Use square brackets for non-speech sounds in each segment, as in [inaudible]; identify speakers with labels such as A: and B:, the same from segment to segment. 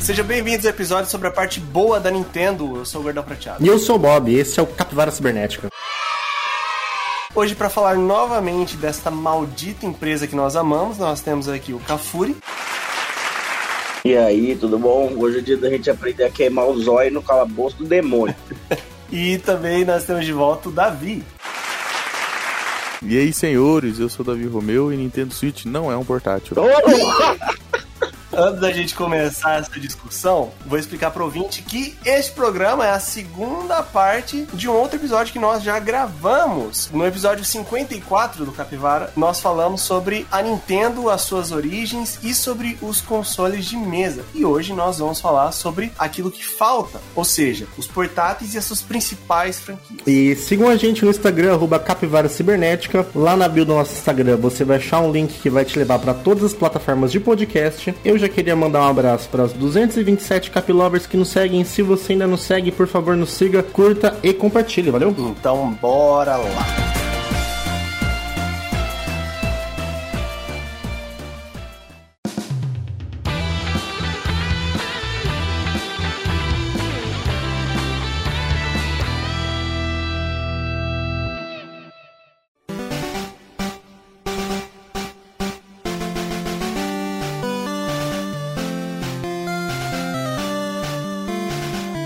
A: Sejam bem-vindos ao episódio sobre a parte boa da Nintendo. Eu sou o Gordão Prateado.
B: E eu sou o Bob, e esse é o Capivara Cibernética.
A: Hoje, para falar novamente desta maldita empresa que nós amamos, nós temos aqui o Cafuri.
C: E aí, tudo bom? Hoje é dia da gente aprender a queimar o zóio no calabouço do [laughs] demônio.
A: E também nós temos de volta o Davi.
D: E aí, senhores, eu sou Davi Romeu e Nintendo Switch não é um portátil.
A: Antes da gente começar essa discussão, vou explicar pro ouvinte que este programa é a segunda parte de um outro episódio que nós já gravamos. No episódio 54 do Capivara, nós falamos sobre a Nintendo, as suas origens e sobre os consoles de mesa. E hoje nós vamos falar sobre aquilo que falta, ou seja, os portáteis e as suas principais franquias.
B: E sigam a gente no Instagram, arroba Capivara Cibernética. Lá na bio do nosso Instagram você vai achar um link que vai te levar para todas as plataformas de podcast. Eu já queria mandar um abraço para as 227 Capilovers que nos seguem. Se você ainda não segue, por favor, nos siga, curta e compartilhe. Valeu?
A: Então, bora lá.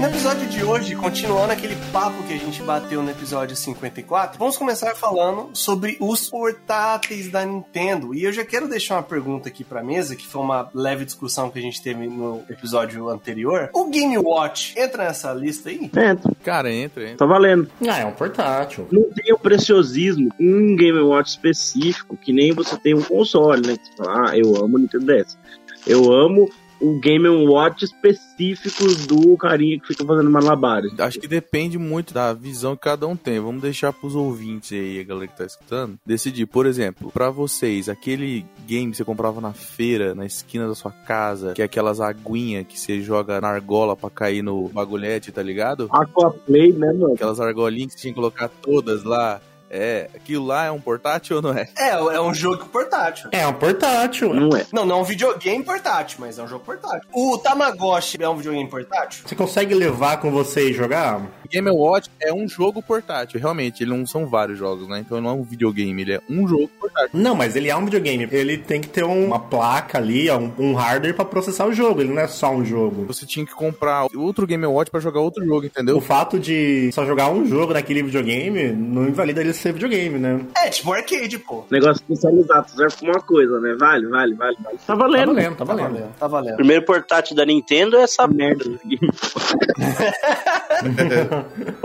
A: No episódio de hoje, continuando aquele papo que a gente bateu no episódio 54, vamos começar falando sobre os portáteis da Nintendo. E eu já quero deixar uma pergunta aqui pra mesa, que foi uma leve discussão que a gente teve no episódio anterior. O Game Watch entra nessa lista aí?
C: Entra,
D: Cara, entra, entra.
C: É, tá valendo.
B: Ah, é um portátil.
C: Não tem o preciosismo, um Game Watch específico, que nem você tem um console, né? Você fala, ah, eu amo o Nintendo DS. Eu amo o Game Watch específico do carinha que fica fazendo malabares.
D: Acho que depende muito da visão que cada um tem. Vamos deixar pros ouvintes aí, a galera que tá escutando, decidir. Por exemplo, pra vocês, aquele game que você comprava na feira, na esquina da sua casa, que é aquelas aguinha que você joga na argola pra cair no bagulhete, tá ligado?
C: Aquaplay, né, mano?
D: Aquelas argolinhas que tinha que colocar todas lá. É, aquilo lá é um portátil ou não é?
A: É, é um jogo portátil.
B: É um portátil.
C: Não é.
A: Não, não é um videogame portátil, mas é um jogo portátil. O Tamagotchi é um videogame portátil?
B: Você consegue levar com você e jogar?
D: Game Watch é um jogo portátil, realmente. Ele não são vários jogos, né? Então não é um videogame, ele é um jogo portátil.
B: Não, mas ele é um videogame. Ele tem que ter um- uma placa ali, um, um hardware pra processar o jogo. Ele não é só um jogo.
D: Você tinha que comprar outro Game Watch pra jogar outro jogo,
B: O
D: entendeu?
B: fato de só jogar um jogo naquele videogame não invalida ele ser videogame, né?
A: É, tipo um arcade, pô.
C: Negócio especializado, serve pra uma coisa, né? Vale, vale, vale, vale. Tá valendo.
B: tá valendo.
A: Tá valendo.
C: Primeiro portátil da Nintendo é essa merda. [laughs]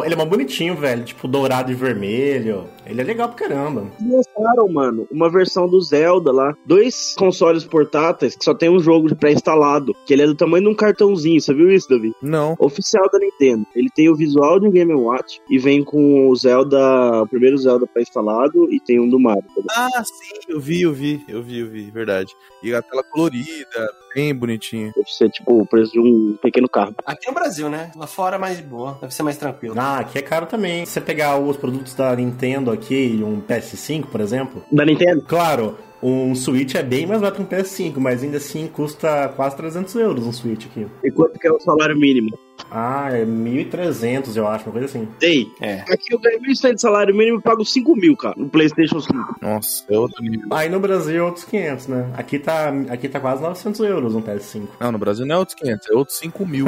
B: Ele é mó bonitinho, velho. Tipo, dourado e vermelho. Ele é legal pra caramba.
C: Lançaram, mano, uma versão do Zelda lá. Dois consoles portáteis que só tem um jogo pré-instalado. Que ele é do tamanho de um cartãozinho. Você viu isso, Davi?
D: Não.
C: Oficial da Nintendo. Ele tem o visual de um Game Watch e vem com o Zelda, o primeiro Zelda pré-instalado e tem um do Mario.
D: Ah, sim, eu vi, eu vi, eu vi, eu vi, verdade. E a tela colorida, bem bonitinha.
C: Deve ser tipo o preço de um pequeno carro.
A: Aqui no Brasil, né? Lá fora é mais de boa. Deve ser mais tranquilo.
B: Ah, aqui é caro também. Se você pegar os produtos da Nintendo aqui, um PS5, por exemplo.
C: Da Nintendo?
B: Claro, um Switch é bem mais barato que um PS5, mas ainda assim custa quase 300 euros um Switch aqui.
C: E quanto que é o salário mínimo?
B: Ah, é 1.300, eu acho, uma coisa assim.
C: Ei,
A: É.
C: aqui eu ganho 1.100 de salário mínimo e pago 5 mil, cara, no PlayStation 5.
D: Nossa, é outro nível.
B: Aí no Brasil, outros 500, né? Aqui tá, aqui tá quase 900 euros um PS5.
D: Não, no Brasil não é outros 500, é outros 5 [laughs] mil.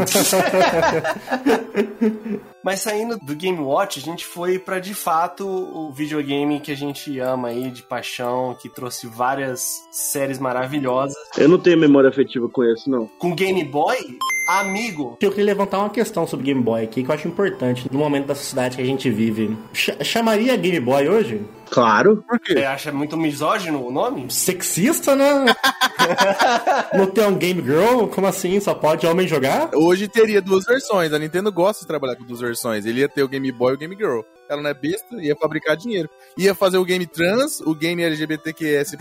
A: Mas saindo do Game Watch, a gente foi pra de fato o videogame que a gente ama aí de paixão, que trouxe várias séries maravilhosas.
C: Eu não tenho memória afetiva com esse, não.
A: Com Game Boy, amigo,
B: Eu queria levantar uma questão sobre Game Boy aqui que eu acho importante no momento da sociedade que a gente vive. Ch- chamaria Game Boy hoje?
C: Claro.
D: Por quê?
A: você acha muito misógino o nome?
B: Sexista, né? Não tem um Game Girl? Como assim? Só pode homem jogar?
D: Hoje teria duas versões. A Nintendo gosta de trabalhar com duas versões. Ele ia ter o Game Boy e o Game Girl. Ela não é besta, ia fabricar dinheiro. Ia fazer o game trans, o game LGBTQS.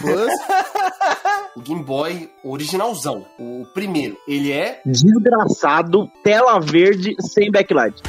A: O Game Boy originalzão, o primeiro. Ele é
C: Desgraçado, tela verde, sem backlight.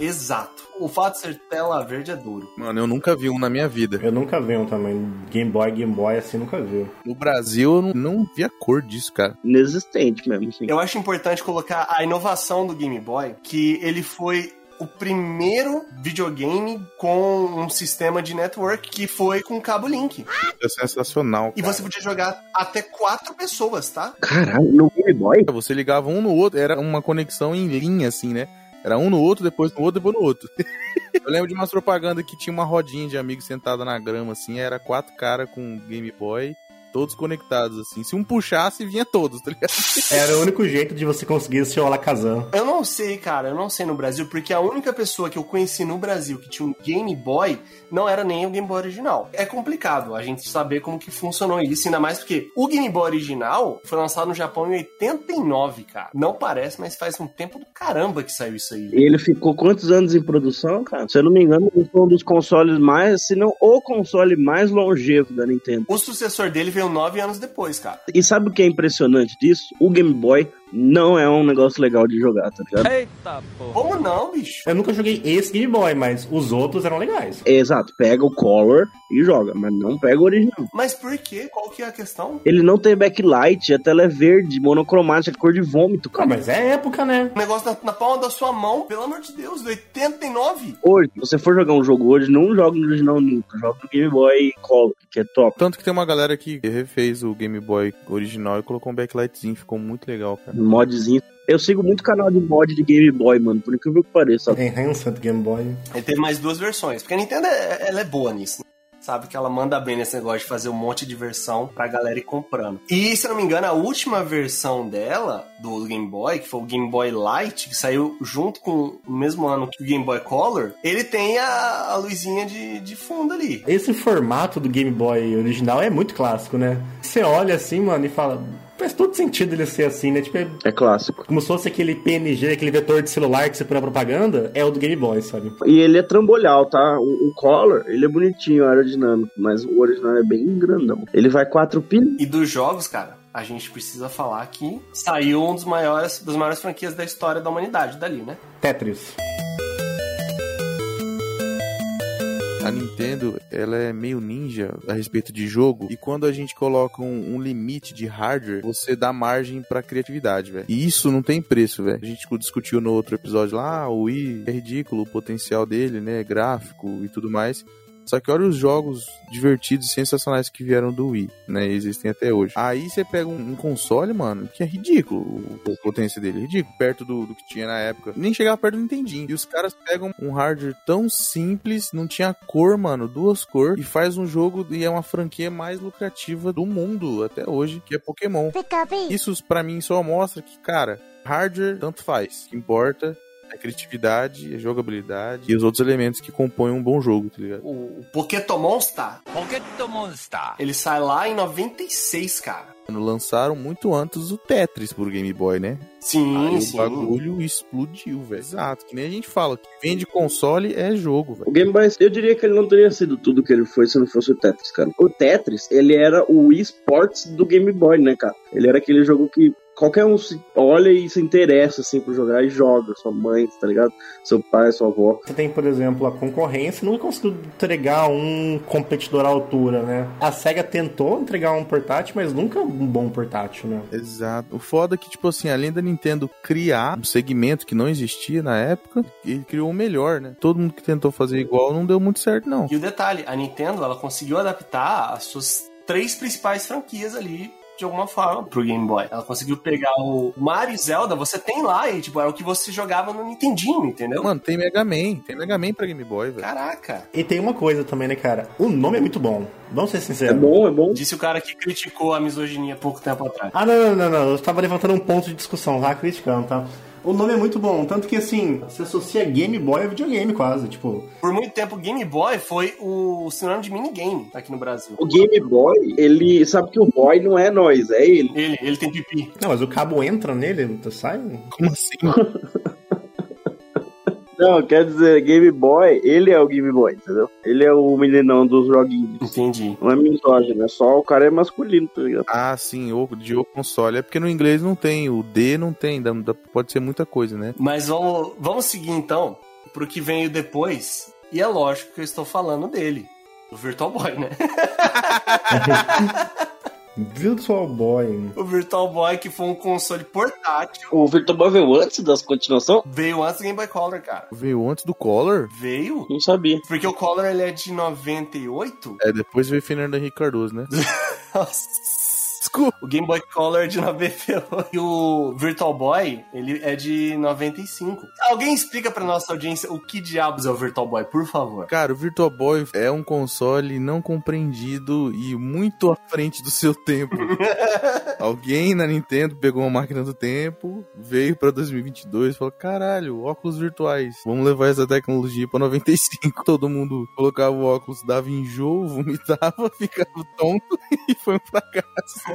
A: exato. o fato de ser tela verde é duro.
D: Mano, eu nunca vi um na minha vida.
B: Eu nunca vi um também. Game Boy, Game Boy, assim, nunca vi.
D: No Brasil, eu não, não vi a cor disso, cara.
C: Inexistente mesmo, assim.
A: Eu acho importante colocar a inovação do Game Boy, que ele foi o primeiro videogame com um sistema de network que foi com cabo link.
D: É sensacional.
A: E
D: cara.
A: você podia jogar até quatro pessoas, tá?
C: Caralho, no Game Boy?
D: Você ligava um no outro, era uma conexão em linha, assim, né? Era um no outro, depois no outro, depois no outro. [laughs] Eu lembro de umas propagandas que tinha uma rodinha de amigos sentada na grama, assim, era quatro caras com Game Boy, todos conectados, assim. Se um puxasse, vinha todos, tá ligado?
B: Era o único jeito de você conseguir seu Alakazam.
A: Eu não sei, cara, eu não sei no Brasil, porque a única pessoa que eu conheci no Brasil que tinha um Game Boy não era nem o Game Boy original. É complicado a gente saber como que funcionou isso, ainda mais porque o Game Boy original foi lançado no Japão em 89, cara. Não parece, mas faz um tempo do caramba que saiu isso aí.
C: Ele ficou quantos anos em produção, cara? Se eu não me engano, ele foi um dos consoles mais, se não o console mais longevo da Nintendo.
A: O sucessor dele veio nove anos depois, cara.
C: E sabe o que é impressionante disso? O Game Boy não é um negócio legal de jogar, tá ligado?
E: Eita porra.
A: Como não, bicho?
B: Eu nunca joguei esse Game Boy, mas os outros eram legais.
C: Exato, pega o Color e joga, mas não pega o original.
A: Mas por quê? Qual que é a questão?
C: Ele não tem backlight, a tela é verde, monocromática, é cor de vômito,
B: Ah,
C: cara.
B: mas é época, né?
A: O negócio na, na palma da sua mão, pelo amor de Deus, do 89?
C: Hoje, se você for jogar um jogo hoje, não joga no original nunca, joga no Game Boy Color, que é top.
D: Tanto que tem uma galera que refez o Game Boy original e colocou um backlightzinho, ficou muito legal, cara.
C: Modzinho. Eu sigo muito canal de mod de Game Boy, mano, por incrível que pareça.
B: Enhanced Game Boy.
A: Ele teve mais duas versões, porque a Nintendo é, ela é boa nisso. né? Sabe que ela manda bem nesse negócio de fazer um monte de versão pra galera ir comprando. E, se eu não me engano, a última versão dela, do Game Boy, que foi o Game Boy Light, que saiu junto com o mesmo ano que o Game Boy Color, ele tem a, a luzinha de, de fundo ali.
B: Esse formato do Game Boy original é muito clássico, né? Você olha assim, mano, e fala. Faz todo sentido ele ser assim, né? Tipo, é
C: É clássico.
B: como se fosse aquele PNG, aquele vetor de celular que você põe na propaganda, é o do Game Boy, sabe?
C: E ele é trambolhal, tá? O, o Color, ele é bonitinho, aerodinâmico, mas o original é bem grandão. Ele vai quatro pilhas.
A: E dos jogos, cara, a gente precisa falar que saiu um dos maiores, das maiores franquias da história da humanidade dali, né?
B: Tetris.
D: A Nintendo, ela é meio ninja a respeito de jogo. E quando a gente coloca um, um limite de hardware, você dá margem pra criatividade, velho. E isso não tem preço, velho. A gente discutiu no outro episódio lá, ah, o Wii é ridículo, o potencial dele, né? Gráfico e tudo mais. Só que olha os jogos divertidos e sensacionais que vieram do Wii, né? E existem até hoje. Aí você pega um, um console, mano, que é ridículo o- a potência dele. Ridículo, perto do, do que tinha na época. Nem chegava perto do Nintendinho. E os caras pegam um hardware tão simples, não tinha cor, mano, duas cores, e faz um jogo e é uma franquia mais lucrativa do mundo até hoje, que é Pokémon. Isso pra mim só mostra que, cara, hardware tanto faz. O que importa é a criatividade, a jogabilidade e os outros elementos que compõem um bom jogo, tá ligado?
A: O, o Pokémon Monster,
E: Pokémon Monster.
A: ele sai lá em 96, cara.
D: Lançaram muito antes o Tetris pro Game Boy, né?
A: Sim,
D: Aí
A: sim.
D: o bagulho explodiu, velho. Exato. Que nem a gente fala, que vende console é jogo, velho.
C: O Game Boy, eu diria que ele não teria sido tudo que ele foi se não fosse o Tetris, cara. O Tetris, ele era o Wii Sports do Game Boy, né, cara? Ele era aquele jogo que qualquer um se olha e se interessa, assim, por jogar e joga. Sua mãe, tá ligado? Seu pai, sua avó.
B: Você tem, por exemplo, a concorrência, não conseguiu entregar um competidor à altura, né? A SEGA tentou entregar um portátil, mas nunca um bom portátil, né?
D: Exato. O foda é que, tipo assim, além da Nintendo criar um segmento que não existia na época, ele criou o melhor, né? Todo mundo que tentou fazer igual não deu muito certo, não.
A: E o detalhe, a Nintendo ela conseguiu adaptar as suas três principais franquias ali de alguma forma pro Game Boy. Ela conseguiu pegar o Mario e Zelda, você tem lá e tipo, era o que você jogava no Nintendinho, entendeu?
D: Mano, tem Mega Man. Tem Mega Man pra Game Boy, velho.
A: Caraca.
B: E tem uma coisa também, né, cara? O nome é muito bom. Vamos ser
C: É
B: sinceros.
C: bom, é bom.
A: Disse o cara que criticou a misoginia pouco tempo atrás.
B: Ah, não, não, não, não. Eu estava levantando um ponto de discussão lá, criticando, tá? O nome é muito bom, tanto que assim, se associa Game Boy a videogame quase, tipo.
A: Por muito tempo, o Game Boy foi o sinônimo de minigame aqui no Brasil.
C: O Game Boy, ele sabe que o boy não é nós, é ele.
A: Ele, ele tem pipi.
B: Não, mas o cabo entra nele, então sai.
D: Como assim?
C: Não, quer dizer, Game Boy, ele é o Game Boy, entendeu? Ele é o meninão dos joguinhos.
A: Entendi.
C: Não é misógino, é só o cara é masculino, tá ligado?
D: Ah, sim, o de o console. É porque no inglês não tem, o D não tem, dá- dá- pode ser muita coisa, né?
A: Mas vamos, vamos seguir então. pro que veio depois. E é lógico que eu estou falando dele. Do Virtual Boy, né?
B: Virtual Boy.
A: O Virtual Boy, que foi um console portátil,
C: O Virtual Boy veio antes das continuação?
A: veio antes do Game Boy Color, cara.
D: Veio antes do Collor?
A: Veio?
C: Não sabia.
A: Porque o Color ele é de 98?
D: É, depois veio Fernando Henrique Cardoso, né?
A: Nossa.
D: Desculpa.
A: O Game Boy Color é de 98 e o Virtual Boy, ele é de 95. Alguém explica pra nossa audiência o que diabos é o Virtual Boy, por favor.
D: Cara, o Virtual Boy é um console não compreendido e muito à frente do seu tempo. Alguém na Nintendo pegou uma máquina do tempo, veio pra 2022 e falou: caralho, óculos virtuais. Vamos levar essa tecnologia pra 95. Todo mundo colocava o óculos, dava enjoo, [laughs] vomitava, ficava tonto [laughs] e foi um pra casa.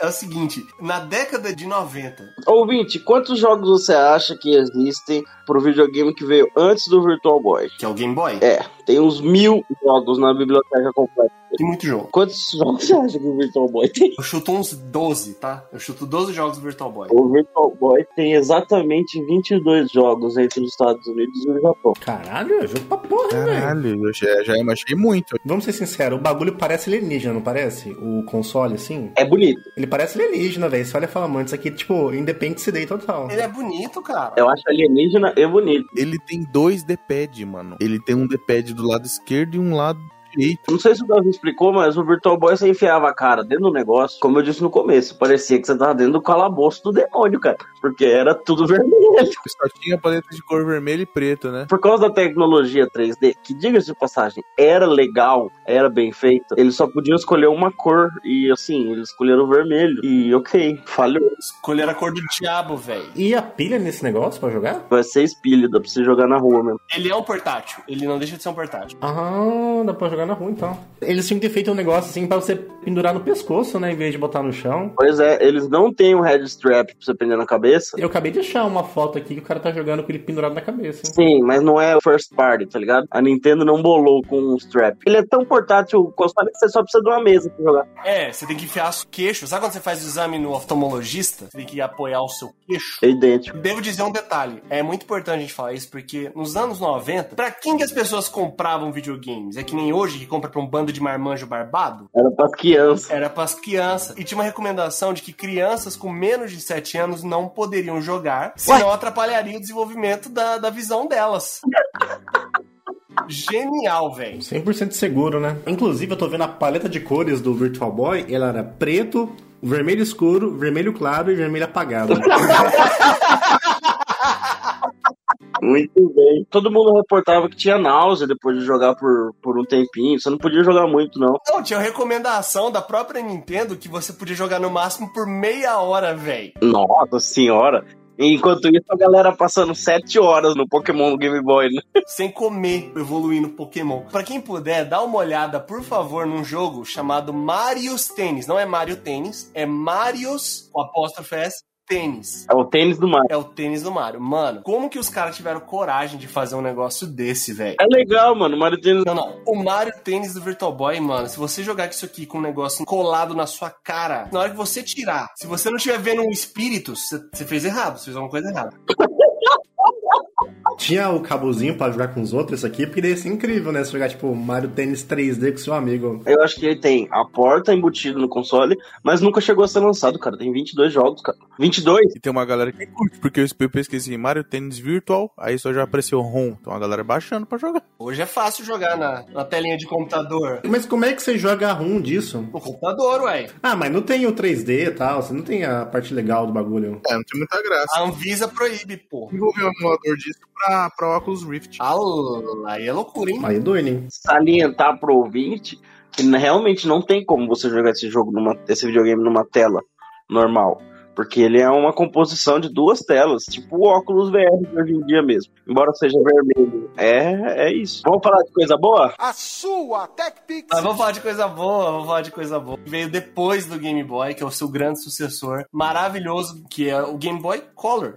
A: É o seguinte, na década de 90,
C: Ouvinte, quantos jogos você acha que existem pro videogame que veio antes do Virtual Boy?
A: que é o Game Boy,
C: É, tem uns mil jogos na biblioteca completa.
A: tem muito jogo.
C: Quantos jogos você acha que o Virtual Boy tem?
A: Eu chuto uns 12, tá? Eu chuto 12 jogos do Virtual Boy.
C: O Virtual Boy tem exatamente 22 jogos entre os Estados Unidos e o Japão.
B: Caralho, é jogo pra porra, velho.
D: Caralho, eu já, já achei muito.
B: Vamos ser sinceros, o bagulho parece alienígena, não parece? O console, assim?
C: É bonito.
B: Ele parece alienígena, velho. Você olha e fala, mano, isso aqui, tipo, Independence Day total.
A: Ele é bonito, cara.
C: Eu acho alienígena é bonito.
D: Ele tem dois D-pad, mano. Ele tem um D-pad do lado esquerdo e um lado direito.
C: Não sei se o Davi explicou, mas o Virtual Boy você enfiava a cara dentro do negócio. Como eu disse no começo, parecia que você tava dentro do calabouço do demônio, cara. Porque era tudo [laughs] vermelho.
D: Só tinha paleta de cor vermelha e preta, né?
C: Por causa da tecnologia 3D, que diga-se de passagem, era legal, era bem feita, eles só podiam escolher uma cor. E assim, eles escolheram o vermelho. E ok, falhou.
A: Escolheram a cor do diabo, velho.
B: E a pilha nesse negócio pra jogar?
C: Vai ser espírito, dá pra você jogar na rua mesmo.
A: Ele é um portátil, ele não deixa de ser um portátil.
B: Ah, dá pra jogar na rua então. Eles tinham que ter feito um negócio assim pra você pendurar no pescoço, né? Em vez de botar no chão.
C: Pois é, eles não têm um head strap pra você prender na cabeça.
B: Eu acabei de achar uma foto aqui que o cara tá jogando com ele pendurado na cabeça.
C: Sim, mas não é first party, tá ligado? A Nintendo não bolou com um strap. Ele é tão portátil, o console, que você só precisa de uma mesa pra jogar.
A: É, você tem que enfiar o queixo. Sabe quando você faz o exame no oftalmologista? Você tem que apoiar o seu queixo?
C: É idêntico.
A: Devo dizer um detalhe, é muito importante a gente falar isso, porque nos anos 90, pra quem que as pessoas compravam videogames? É que nem hoje, que compra pra um bando de marmanjo barbado?
C: Era pras crianças.
A: Era pras crianças. E tinha uma recomendação de que crianças com menos de 7 anos não poderiam jogar, senão atrapalharia o desenvolvimento da, da visão delas. Genial, velho.
B: 100% seguro, né? Inclusive, eu tô vendo a paleta de cores do Virtual Boy. Ela era preto, vermelho escuro, vermelho claro e vermelho [laughs] apagado.
C: Muito bem. Todo mundo reportava que tinha náusea depois de jogar por, por um tempinho. Você não podia jogar muito, não.
A: Não, tinha recomendação da própria Nintendo que você podia jogar no máximo por meia hora, velho.
C: Nossa senhora. Enquanto isso, a galera passando sete horas no Pokémon Game Boy, né?
A: sem comer, evoluindo Pokémon. Pra quem puder, dá uma olhada, por favor, num jogo chamado Marios Tênis. Não é Mario Tênis, é Marios, com apóstrofe S, Tênis.
C: É o tênis do mar.
A: É o tênis do Mario. Mano, como que os caras tiveram coragem de fazer um negócio desse, velho?
C: É legal, mano. Mario Tênis.
A: Não, não. O Mario Tênis do Virtual Boy, mano, se você jogar com isso aqui com um negócio colado na sua cara, na hora que você tirar, se você não estiver vendo um espírito, você você fez errado, você fez alguma coisa errada.
B: Tinha o cabozinho pra jogar com os outros, isso aqui, porque daí ia ser incrível, né? Você jogar, tipo, Mario Tênis 3D com seu amigo.
C: Eu acho que ele tem a porta embutida no console, mas nunca chegou a ser lançado, cara. Tem 22 jogos, cara. 22?
D: E tem uma galera que curte, porque eu espe- eu pesquisei Mario Tênis Virtual, aí só já apareceu ROM. Então a galera baixando pra jogar.
A: Hoje é fácil jogar na, na telinha de computador.
B: Mas como é que você joga ROM disso?
A: No computador, ué.
B: Ah, mas não tem o 3D e tal, você não tem a parte legal do bagulho.
D: É, não tem muita graça.
A: A Anvisa proíbe, pô.
D: Desenvolveu um emulador disso pra, pra óculos Rift.
A: Ah, Alá, aí é loucura, hein?
B: Aí é doido, hein?
C: Salientar pro ouvinte que realmente não tem como você jogar esse jogo, numa, esse videogame numa tela normal. Porque ele é uma composição de duas telas, tipo o óculos VR de hoje em dia mesmo. Embora seja vermelho. É, é isso. Vamos falar de coisa boa?
F: A sua TechPix.
A: Mas vamos falar de coisa boa, vamos falar de coisa boa. Veio depois do Game Boy, que é o seu grande sucessor, maravilhoso, que é o Game Boy Color.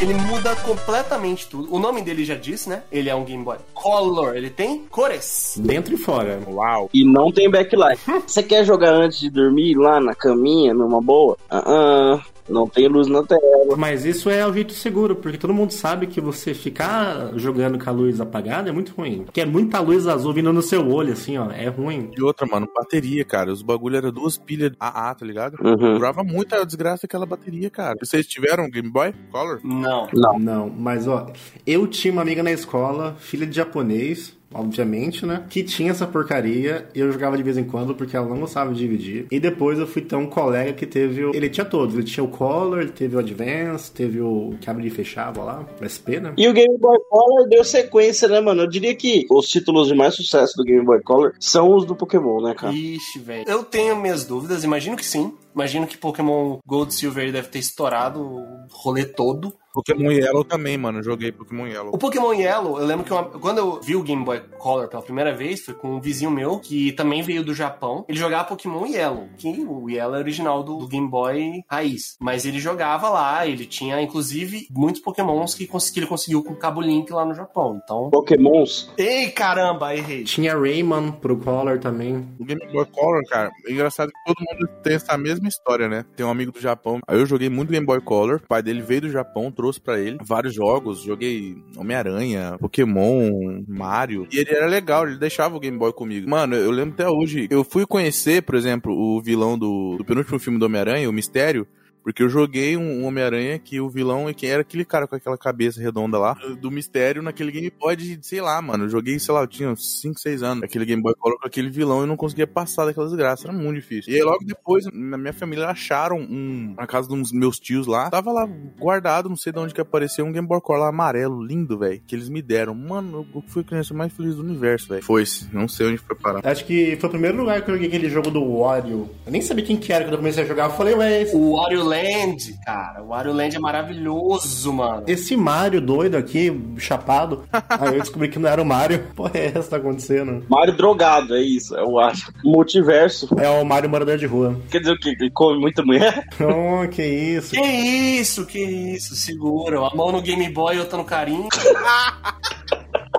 A: Ele muda completamente tudo. O nome dele já disse, né? Ele é um Game Boy Color. Ele tem cores.
B: Dentro e fora.
D: Uau.
C: E não tem backlight. Você quer jogar antes de dormir, lá na caminha, numa boa? Ah, ah. Não tem luz na tela.
B: Mas isso é o jeito seguro, porque todo mundo sabe que você ficar jogando com a luz apagada é muito ruim. Porque é muita luz azul vindo no seu olho, assim, ó. É ruim.
D: E outra, mano, bateria, cara. Os bagulho era duas pilhas AA, tá ligado?
C: Uhum.
D: Durava muito a desgraça aquela bateria, cara. Vocês tiveram um Game Boy Color?
A: Não.
B: Não, mas ó, eu tinha uma amiga na escola, filha de japonês. Obviamente, né? Que tinha essa porcaria e eu jogava de vez em quando porque ela não gostava de dividir. E depois eu fui ter um colega que teve. o- Ele tinha todos: ele tinha o Color, ele teve o Advance, teve o que abria e fechava lá, o SP, né?
C: E o Game Boy Color deu sequência, né, mano? Eu diria que os títulos de mais sucesso do Game Boy Color são os do Pokémon, né, cara?
A: Ixi, velho. Eu tenho minhas dúvidas, imagino que sim. Imagino que Pokémon Gold Silver deve ter estourado o rolê todo.
D: Pokémon Yellow também, mano. Joguei Pokémon Yellow.
A: O Pokémon Yellow, eu lembro que uma- quando eu vi o Game Boy Color pela primeira vez, foi com um vizinho meu, que também veio do Japão. Ele jogava Pokémon Yellow, que o Yellow é original do, do Game Boy raiz. Mas ele jogava lá, ele tinha, inclusive, muitos Pokémons que, cons- que ele conseguiu com o Cabo Link lá no Japão. Então.
C: Pokémons.
A: Ei, caramba, errei.
B: Tinha Rayman pro Color também.
D: O Game Boy Color, cara, é engraçado que todo mundo tem essa mesma história, né? Tem um amigo do Japão. Aí eu joguei muito Game Boy Color. O pai dele veio do Japão, trouxe pra ele vários jogos. Joguei Homem-Aranha, Pokémon, Mario. E ele era legal, ele deixava o Game Boy comigo. Mano, eu lembro até hoje. Eu fui conhecer, por exemplo, o vilão do, do penúltimo filme do Homem-Aranha, o Mistério. Porque eu joguei um Homem-Aranha que o vilão que era aquele cara com aquela cabeça redonda lá, do mistério, naquele Game Boy de, sei lá, mano. Eu joguei, sei lá, eu tinha 5, 6 anos. Aquele Game Boy Color com aquele vilão e não conseguia passar daquela desgraça. Era muito difícil. E aí logo depois, na minha família, acharam um. Na casa de uns meus tios lá. Tava lá guardado, não sei de onde que apareceu, um Game Boy Color amarelo, lindo, velho. Que eles me deram. Mano, eu fui a criança mais feliz do universo, velho. Foi, não sei onde foi parar.
B: Acho que foi o primeiro lugar que eu joguei aquele jogo do Wario. Eu nem sabia quem que era quando eu comecei a jogar. Eu falei, ué, esse,
A: O Wario Land, cara. O Wario Land é maravilhoso, mano.
B: esse Mario doido aqui, chapado. [laughs] Aí eu descobri que não era o Mario. [laughs] Porra, é essa que tá acontecendo?
C: Mario drogado, é isso, eu acho. Multiverso.
B: É o Mario morador de rua.
C: Quer dizer o quê? Ele come muita mulher? [laughs]
B: Oh, que isso.
A: Que isso, que isso, segura. A mão no Game Boy e outra no carinho.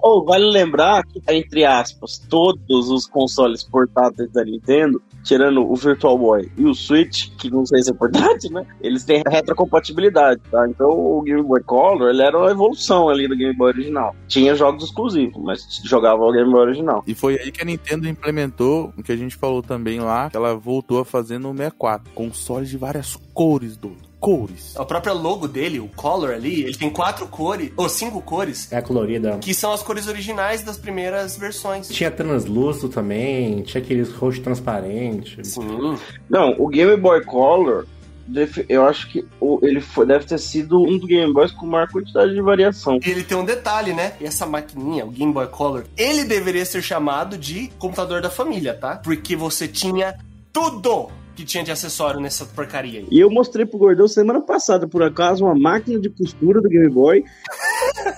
C: Ou Oh, vale lembrar que, entre aspas, todos os consoles portáteis da Nintendo, tirando o Virtual Boy e o Switch, que não sei se é portátil, né? Eles têm retrocompatibilidade, tá? Então o Game Boy Color ele era uma evolução ali do Game Boy original. Tinha jogos exclusivos, mas jogava o Game Boy original.
D: E foi aí que a Nintendo implementou o que a gente falou também lá, que ela voltou a fazer no 64. Consoles de várias cores, doido. Cores.
A: A própria logo dele, o color ali, ele tem quatro cores, ou cinco cores,
B: É a colorida.
A: que são as cores originais das primeiras versões.
B: Tinha translúcido também, tinha aqueles roxo transparente.
A: Sim.
C: Não, o Game Boy Color, def- eu acho que o- ele foi- deve ter sido um dos Game Boys com maior quantidade de variação.
A: Ele tem um detalhe, né? Essa maquininha, o Game Boy Color, ele deveria ser chamado de computador da família, tá? Porque você tinha tudo que tinha de acessório nessa porcaria aí.
C: E eu mostrei pro Gordão semana passada, por acaso, uma máquina de costura do Game Boy. [laughs]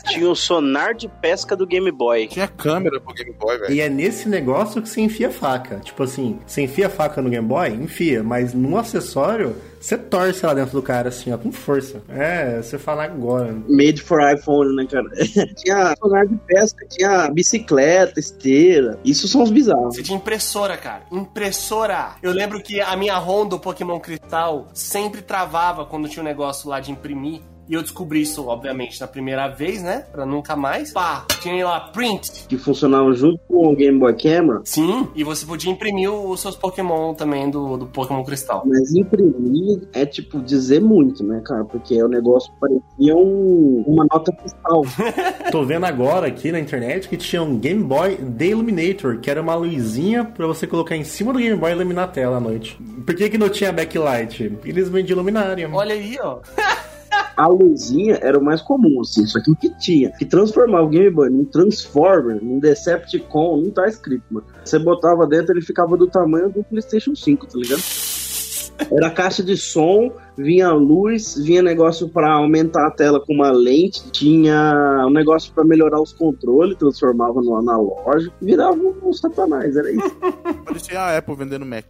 C: Tinha o sonar de pesca do Game Boy.
D: Tinha câmera pro Game Boy, velho.
B: E é nesse negócio que você enfia a faca. Tipo assim, você enfia a faca no Game Boy, enfia, mas num acessório, você torce lá dentro do cara, assim, ó, com força. É, você fala agora.
C: Made for iPhone, né, cara? [laughs] tinha sonar de pesca, tinha bicicleta, esteira. Isso são os bizarros.
A: Você tinha impressora, cara. Impressora! Eu lembro que a minha Honda, o Pokémon Cristal, sempre travava quando tinha um negócio lá de imprimir. E eu descobri isso, obviamente, na primeira vez, né? Pra nunca mais. Pá, tinha lá print.
C: Que funcionavam junto com o Game Boy Camera.
A: Sim. E você podia imprimir os seus Pokémon também do, do Pokémon Cristal.
C: Mas imprimir é, tipo, dizer muito, né, cara? Porque o negócio parecia um- uma nota fiscal.
B: Tô vendo agora aqui na internet que tinha um Game Boy The Illuminator, que era uma luzinha pra você colocar em cima do Game Boy e iluminar a tela à noite. Por que que não tinha backlight? Eles vendiam luminária.
A: Olha aí, ó.
C: A luzinha era o mais comum, assim, só que o que tinha, que transformava o Game Boy num Transformer, num Decepticon, não tá escrito, mano. Você botava dentro, ele ficava do tamanho do PlayStation 5, tá ligado? Era a caixa de som, vinha a luz, vinha negócio pra aumentar a tela com uma lente, tinha um negócio pra melhorar os controles, transformava no analógico, virava um, um satanás, era isso.
D: Parecia a Apple vendendo Mac.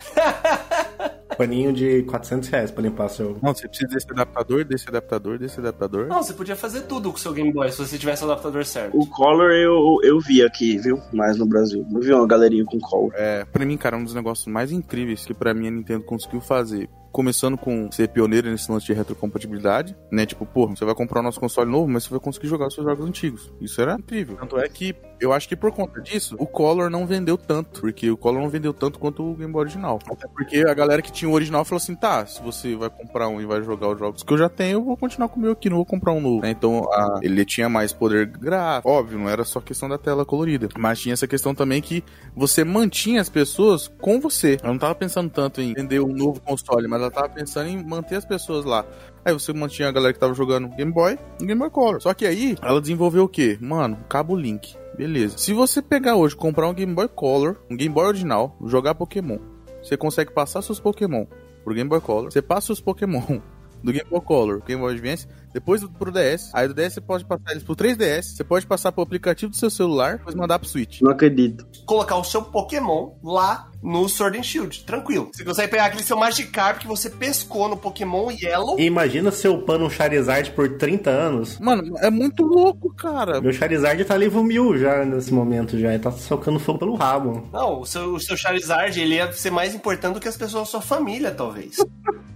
B: Paninho de 400 reais pra limpar seu...
D: Não, você precisa desse adaptador, desse adaptador, desse adaptador.
A: Não, você podia fazer tudo com o seu Game Boy se você tivesse o adaptador certo.
C: O Color eu, eu vi aqui, viu? Mais no Brasil. Não vi uma galerinha com Color.
D: É, pra mim, cara, um dos negócios mais incríveis que pra mim a Nintendo conseguiu fazer. começando com ser pioneiro nesse lance de retrocompatibilidade, né? Tipo, pô, você vai comprar o nosso console novo, mas você vai conseguir jogar os seus jogos antigos. Isso era incrível. Tanto é que eu acho que por conta disso, o Color não vendeu tanto, porque o Color não vendeu tanto quanto o Game Boy original. Até porque a galera que tinha o original falou assim: tá, se você vai comprar um e vai jogar os jogos que eu já tenho, eu vou continuar com o meu aqui, não vou comprar um novo. né? Então a- ele tinha mais poder gráfico, óbvio, não era só questão da tela colorida, mas tinha essa questão também que você mantinha as pessoas com você. Ela não tava pensando tanto em vender um novo console, mas ela tava pensando em manter as pessoas lá. Aí você mantinha a galera que tava jogando Game Boy e Game Boy Color. Só que aí ela desenvolveu o quê? Mano, cabo Link. Beleza. Se você pegar hoje, comprar um Game Boy Color, um Game Boy original, jogar Pokémon, você consegue passar seus Pokémon pro Game Boy Color, você passa os Pokémon [laughs] do Game Boy Color, pro Game Boy Advance, depois pro DS, aí do DS você pode passar eles pro 3DS, você pode passar pro aplicativo do seu celular, depois mandar pro Switch.
C: Não acredito.
A: colocar o seu Pokémon lá no Sword and Shield, tranquilo. Você consegue pegar aquele seu Magikarp que você pescou no Pokémon Yellow.
B: E imagina se eu upando um Charizard por 30 anos.
D: Mano, é muito louco, cara.
B: Meu Charizard tá level mil já nesse momento, já. Ele tá socando fogo pelo rabo.
A: Não, o seu, o seu Charizard, ele ia ser mais importante do que as pessoas da sua família, talvez.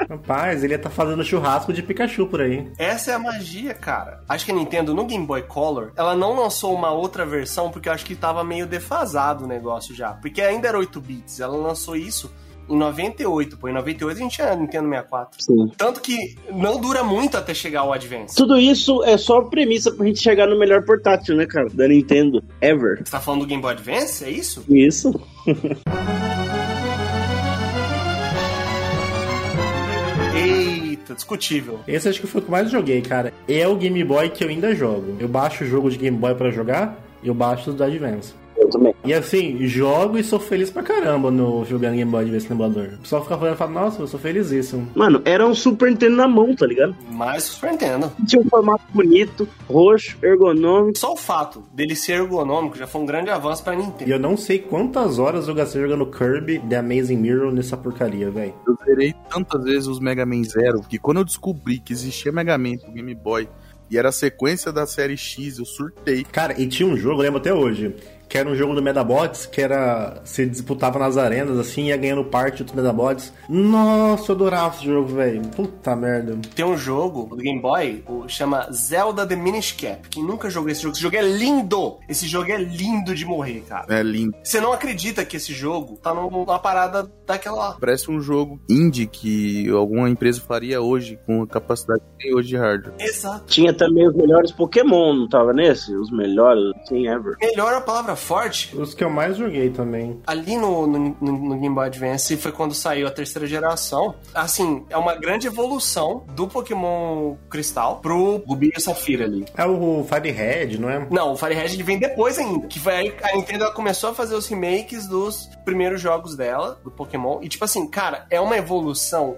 B: Rapaz, ele ia tá fazendo churrasco de Pikachu por aí.
A: Essa é a magia, cara. Acho que a Nintendo no Game Boy Color, ela não lançou uma outra versão porque eu acho que tava meio defasado o negócio já. Porque ainda era 8 bits, ela lançou isso em 98, pô. Em 98 a gente tinha a Nintendo 64.
C: Sim.
A: Tanto que não dura muito até chegar o Advance.
C: Tudo isso é só premissa pra gente chegar no melhor portátil, né, cara? Da Nintendo. Ever.
A: Você tá falando do Game Boy Advance? É isso?
C: Isso.
A: Eita, discutível.
B: Esse acho que foi o que eu mais joguei, cara. É o Game Boy que eu ainda jogo. Eu baixo o jogo de Game Boy pra jogar e eu baixo os do Advance.
C: Eu também.
B: E assim, jogo e sou feliz pra caramba no jogando Game Boy Advance no emulador. O pessoal fica falando e fala, nossa, eu sou felizíssimo.
C: Mano, era um Super Nintendo na mão, tá ligado?
A: Mas Super Nintendo.
C: Tinha um formato bonito, roxo, ergonômico.
A: Só o fato dele ser ergonômico já foi um grande avanço pra
B: E
A: Nintendo.
B: eu não sei quantas horas eu gastei jogando Kirby The Amazing Mirror nessa porcaria, véi.
D: Eu zerei tantas vezes os Mega Man Zero que quando eu descobri que existia Mega Man pro Game Boy e era a sequência da série X, eu surtei.
B: Cara, e tinha um jogo, eu lembro até hoje, que era um jogo do Medabots, que era. se disputava nas arenas, assim, ia ganhando parte dos Medabots. Nossa, eu adorava esse jogo, velho. Puta merda.
A: Tem um jogo do Game Boy, o- chama Zelda The Minish Cap. Quem nunca jogou esse jogo? Esse jogo é lindo! Esse jogo é lindo de morrer, cara.
D: É lindo.
A: Você não acredita que esse jogo tá num- numa parada daquela.
D: Parece um jogo indie que alguma empresa faria hoje com a capacidade que tem hoje de hardware.
A: Exato.
C: Tinha também os melhores Pokémon, não tava nesse? Os melhores, sim, ever.
A: Melhor a palavra forte.
B: Os que eu mais joguei também.
A: Ali no, no- no- no Game Boy Advance foi quando saiu a terceira geração. Assim, é uma grande evolução do Pokémon Cristal pro Rubi e Safira ali.
B: É o Fire Red, não é?
A: Não, o Firehead ele vem depois ainda. Que foi aí que a Nintendo ela começou a fazer os remakes dos primeiros jogos dela, do Pokémon. E tipo assim, cara, é uma evolução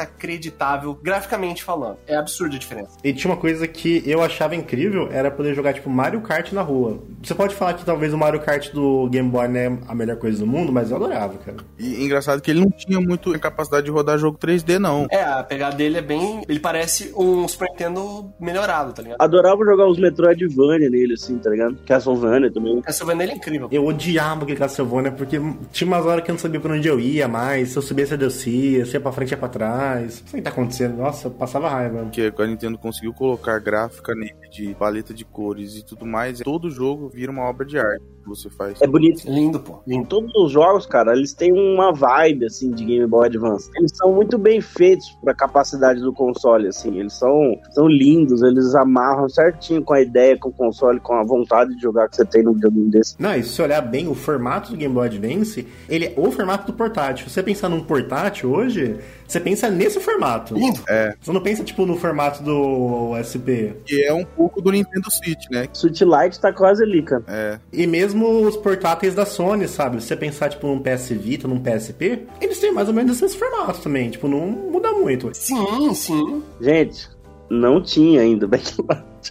A: inacreditável, graficamente falando. É absurda a diferença.
B: E tinha uma coisa que eu achava incrível, era poder jogar, tipo, Mario Kart na rua. Você pode falar que talvez o Mario Kart do Game Boy não é a melhor coisa do mundo, mas eu adorava, cara.
D: E engraçado que ele não tinha muito a capacidade de rodar jogo 3D, não.
A: É, a pegada dele é bem. Ele parece um Super Nintendo melhorado, tá ligado?
C: Adorava jogar os Metroidvania nele, assim, tá ligado? Castlevania também.
A: Essa venda é incrível.
B: Eu odiava aquele Castlevania porque tinha umas horas que eu não sabia pra onde eu ia mais. Se eu subia, você descia. Se ia pra frente, ia pra trás. Não sei o que tá acontecendo. Nossa, eu passava raiva.
D: Porque a Nintendo conseguiu colocar gráfica nele de paleta de cores e tudo mais. Todo jogo vira uma obra de arte que você faz.
C: É bonito.
A: Lindo, pô.
C: Em
A: Lindo.
C: todos os jogos, cara, eles têm uma vibe, assim, de Game Boy Advance. Eles são muito bem feitos pra capacidade do console, assim. Eles são, são lindos, eles amarram certinho com a ideia, com o console, com a vontade de jogar que você tem no videogame desse.
B: Não, e se você olhar bem o formato do Game Boy Advance, ele é o formato do portátil. Se você pensar num portátil hoje, você pensa nesse formato.
A: Lindo.
B: Você não pensa, tipo, no formato do SP.
D: Que é um pouco do Nintendo Switch, né?
C: Suit Light tá quase ali, cara.
D: É.
B: E mesmo os portáteis da Sony, sabe? Se você pensar, tipo, num PS Vita, num PSP, eles têm mais ou menos esse formato também. Tipo, não muda muito.
A: Sim, sim.
C: Gente, não tinha ainda backlight. [laughs]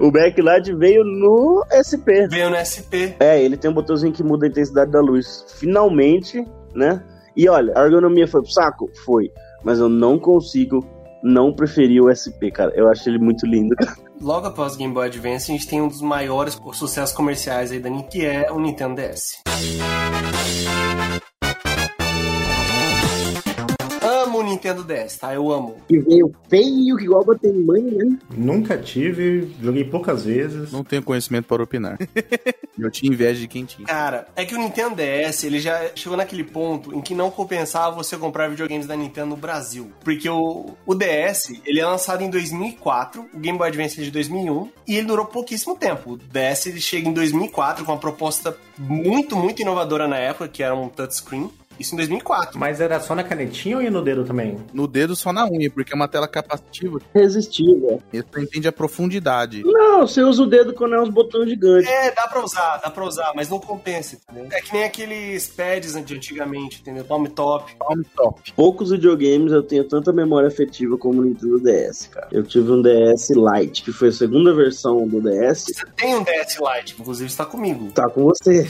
C: O backlight veio no SP.
A: Veio no SP.
C: É, ele tem um botãozinho que muda a intensidade da luz. Finalmente, né? E olha, a ergonomia foi pro saco? Foi. Mas eu não consigo não preferir o SP, cara. Eu acho ele muito lindo. [laughs] Tá
A: Logo após Game Boy Advance, a gente tem um dos maiores sucessos comerciais aí da Nintendo, que é o Nintendo DS. Amo o Nintendo Nintendo DS, tá? Eu amo.
C: Que veio feio, que igual botei em mãe, né?
B: Nunca tive, joguei poucas vezes.
D: Não tenho conhecimento para opinar. Eu tinha inveja de quem tinha.
A: Cara, é que o Nintendo DS, ele já chegou naquele ponto em que não compensava você comprar videogames da Nintendo no Brasil. Porque o, o DS, ele é lançado em 2004, o Game Boy Advance é de 2001, e ele durou pouquíssimo tempo. O DS, ele chega em 2004 com uma proposta muito, muito inovadora na época, que era um touchscreen. Isso em 2004.
B: Mas era só na canetinha ou ia no dedo também?
D: No dedo só na unha, porque é uma tela capacitiva.
C: Resistível.
D: Ele só entende a profundidade.
C: Não, você usa o dedo quando é uns botões gigantes.
A: É, dá pra usar, dá pra usar, mas não compensa, entendeu? É que nem aqueles pads de antigamente, entendeu? Palm top.
D: Palm top.
C: Poucos videogames eu tenho tanta memória afetiva como o Nintendo DS, cara. Eu tive um DS Lite, que foi a segunda versão do DS.
A: Você tem um DS Lite, inclusive está comigo.
C: Tá com você.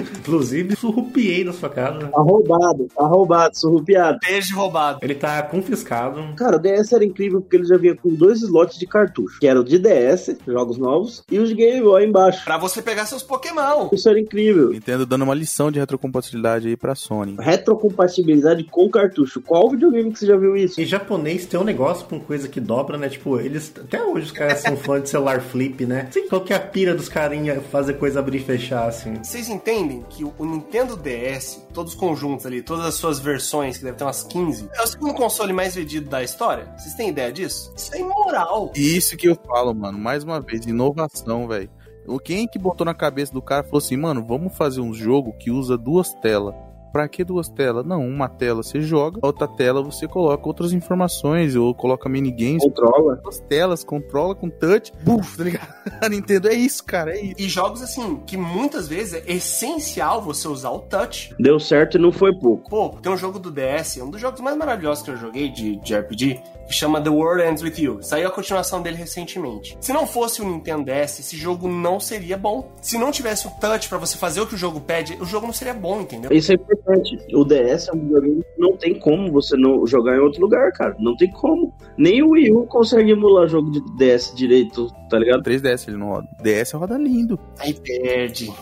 B: Inclusive, surrupiei na sua casa.
C: Tá roubado, tá roubado, surrupiado.
A: Beijo roubado.
B: Ele tá confiscado.
C: Cara, o DS era incrível porque ele já vinha com dois slots de cartucho, que era o de DS, jogos novos, e os de Game Boy embaixo.
A: Pra você pegar seus Pokémon.
C: Isso era incrível.
D: Nintendo dando uma lição de retrocompatibilidade aí pra Sony.
C: Retrocompatibilidade com cartucho. Qual videogame que você já viu isso?
B: E japonês tem um negócio com coisa que dobra, né? Tipo, eles. Até hoje os caras são fãs de celular flip, né? Sei qual que é a pira dos carinha fazer coisa abrir e fechar, assim.
A: Vocês entendem que o Nintendo DS, todos os conjuntos ali, todas as suas versões, que deve ter umas 15, é o segundo console mais vendido da história? Vocês têm ideia disso? Isso é imoral.
D: E isso que eu falo, mano. Mais uma vez, inovação, velho. O- Quem que botou na cabeça do cara e falou assim, mano, vamos fazer um jogo que usa duas telas. Pra que duas telas? Não, uma tela você joga, a outra tela você coloca outras informações, ou coloca minigames.
C: Controla.
D: Duas telas, controla com touch. Buf, tá ligado? [laughs] A Nintendo é isso, cara, é isso.
A: E jogos assim, que muitas vezes é essencial você usar o touch.
C: Deu certo e não foi pouco.
A: Pô, tem um jogo do DS, é um dos jogos mais maravilhosos que eu joguei de, de RPG, que chama The World Ends With You. Saiu a continuação dele recentemente. Se não fosse o Nintendo DS, esse jogo não seria bom. Se não tivesse o touch pra você fazer o que o jogo pede, o jogo não seria bom, entendeu?
C: Isso é importante. O DS é um videogame que não tem como você não jogar em outro lugar, cara. Não tem como. Nem o Wii U consegue emular jogo de DS direito, tá ligado?
D: 3DS ele não roda. DS roda lindo.
A: Aí perde.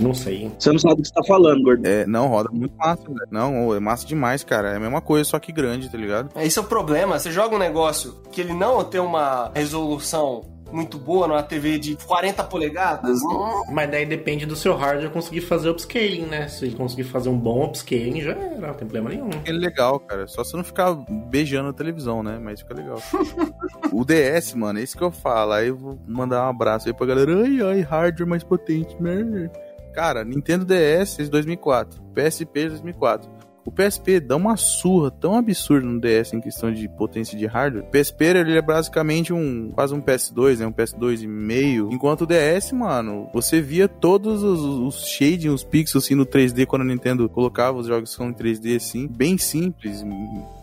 B: Não sei.
C: Você não sabe do que você tá falando, gordo.
D: É, não, roda muito massa, velho. Não, é massa demais, cara. É a mesma coisa, só que grande, tá ligado?
A: Esse é o problema. Você joga um negócio que ele não tem uma resolução muito boa numa TV de 40 polegadas. não-
B: Mas daí depende do seu hardware conseguir fazer upscaling, né? Se ele conseguir fazer um bom upscaling, já era, não tem problema nenhum.
D: É legal, cara. Só você não ficar beijando a televisão, né? Mas fica legal. o DS, mano, é isso que eu falo. Aí eu vou mandar um abraço aí pra galera. Ai, ai, hardware mais potente. né? Cara, Nintendo é DS 2004. PSP 2004. O PSP dá uma surra tão absurda no DS em questão de potência de hardware. O PSP ele é basicamente um quase um PS2, né? Um PS2 e meio. Enquanto o DS, mano, você via todos os, os shading, os pixels assim no 3D quando a Nintendo colocava os jogos com 3D assim, bem simples,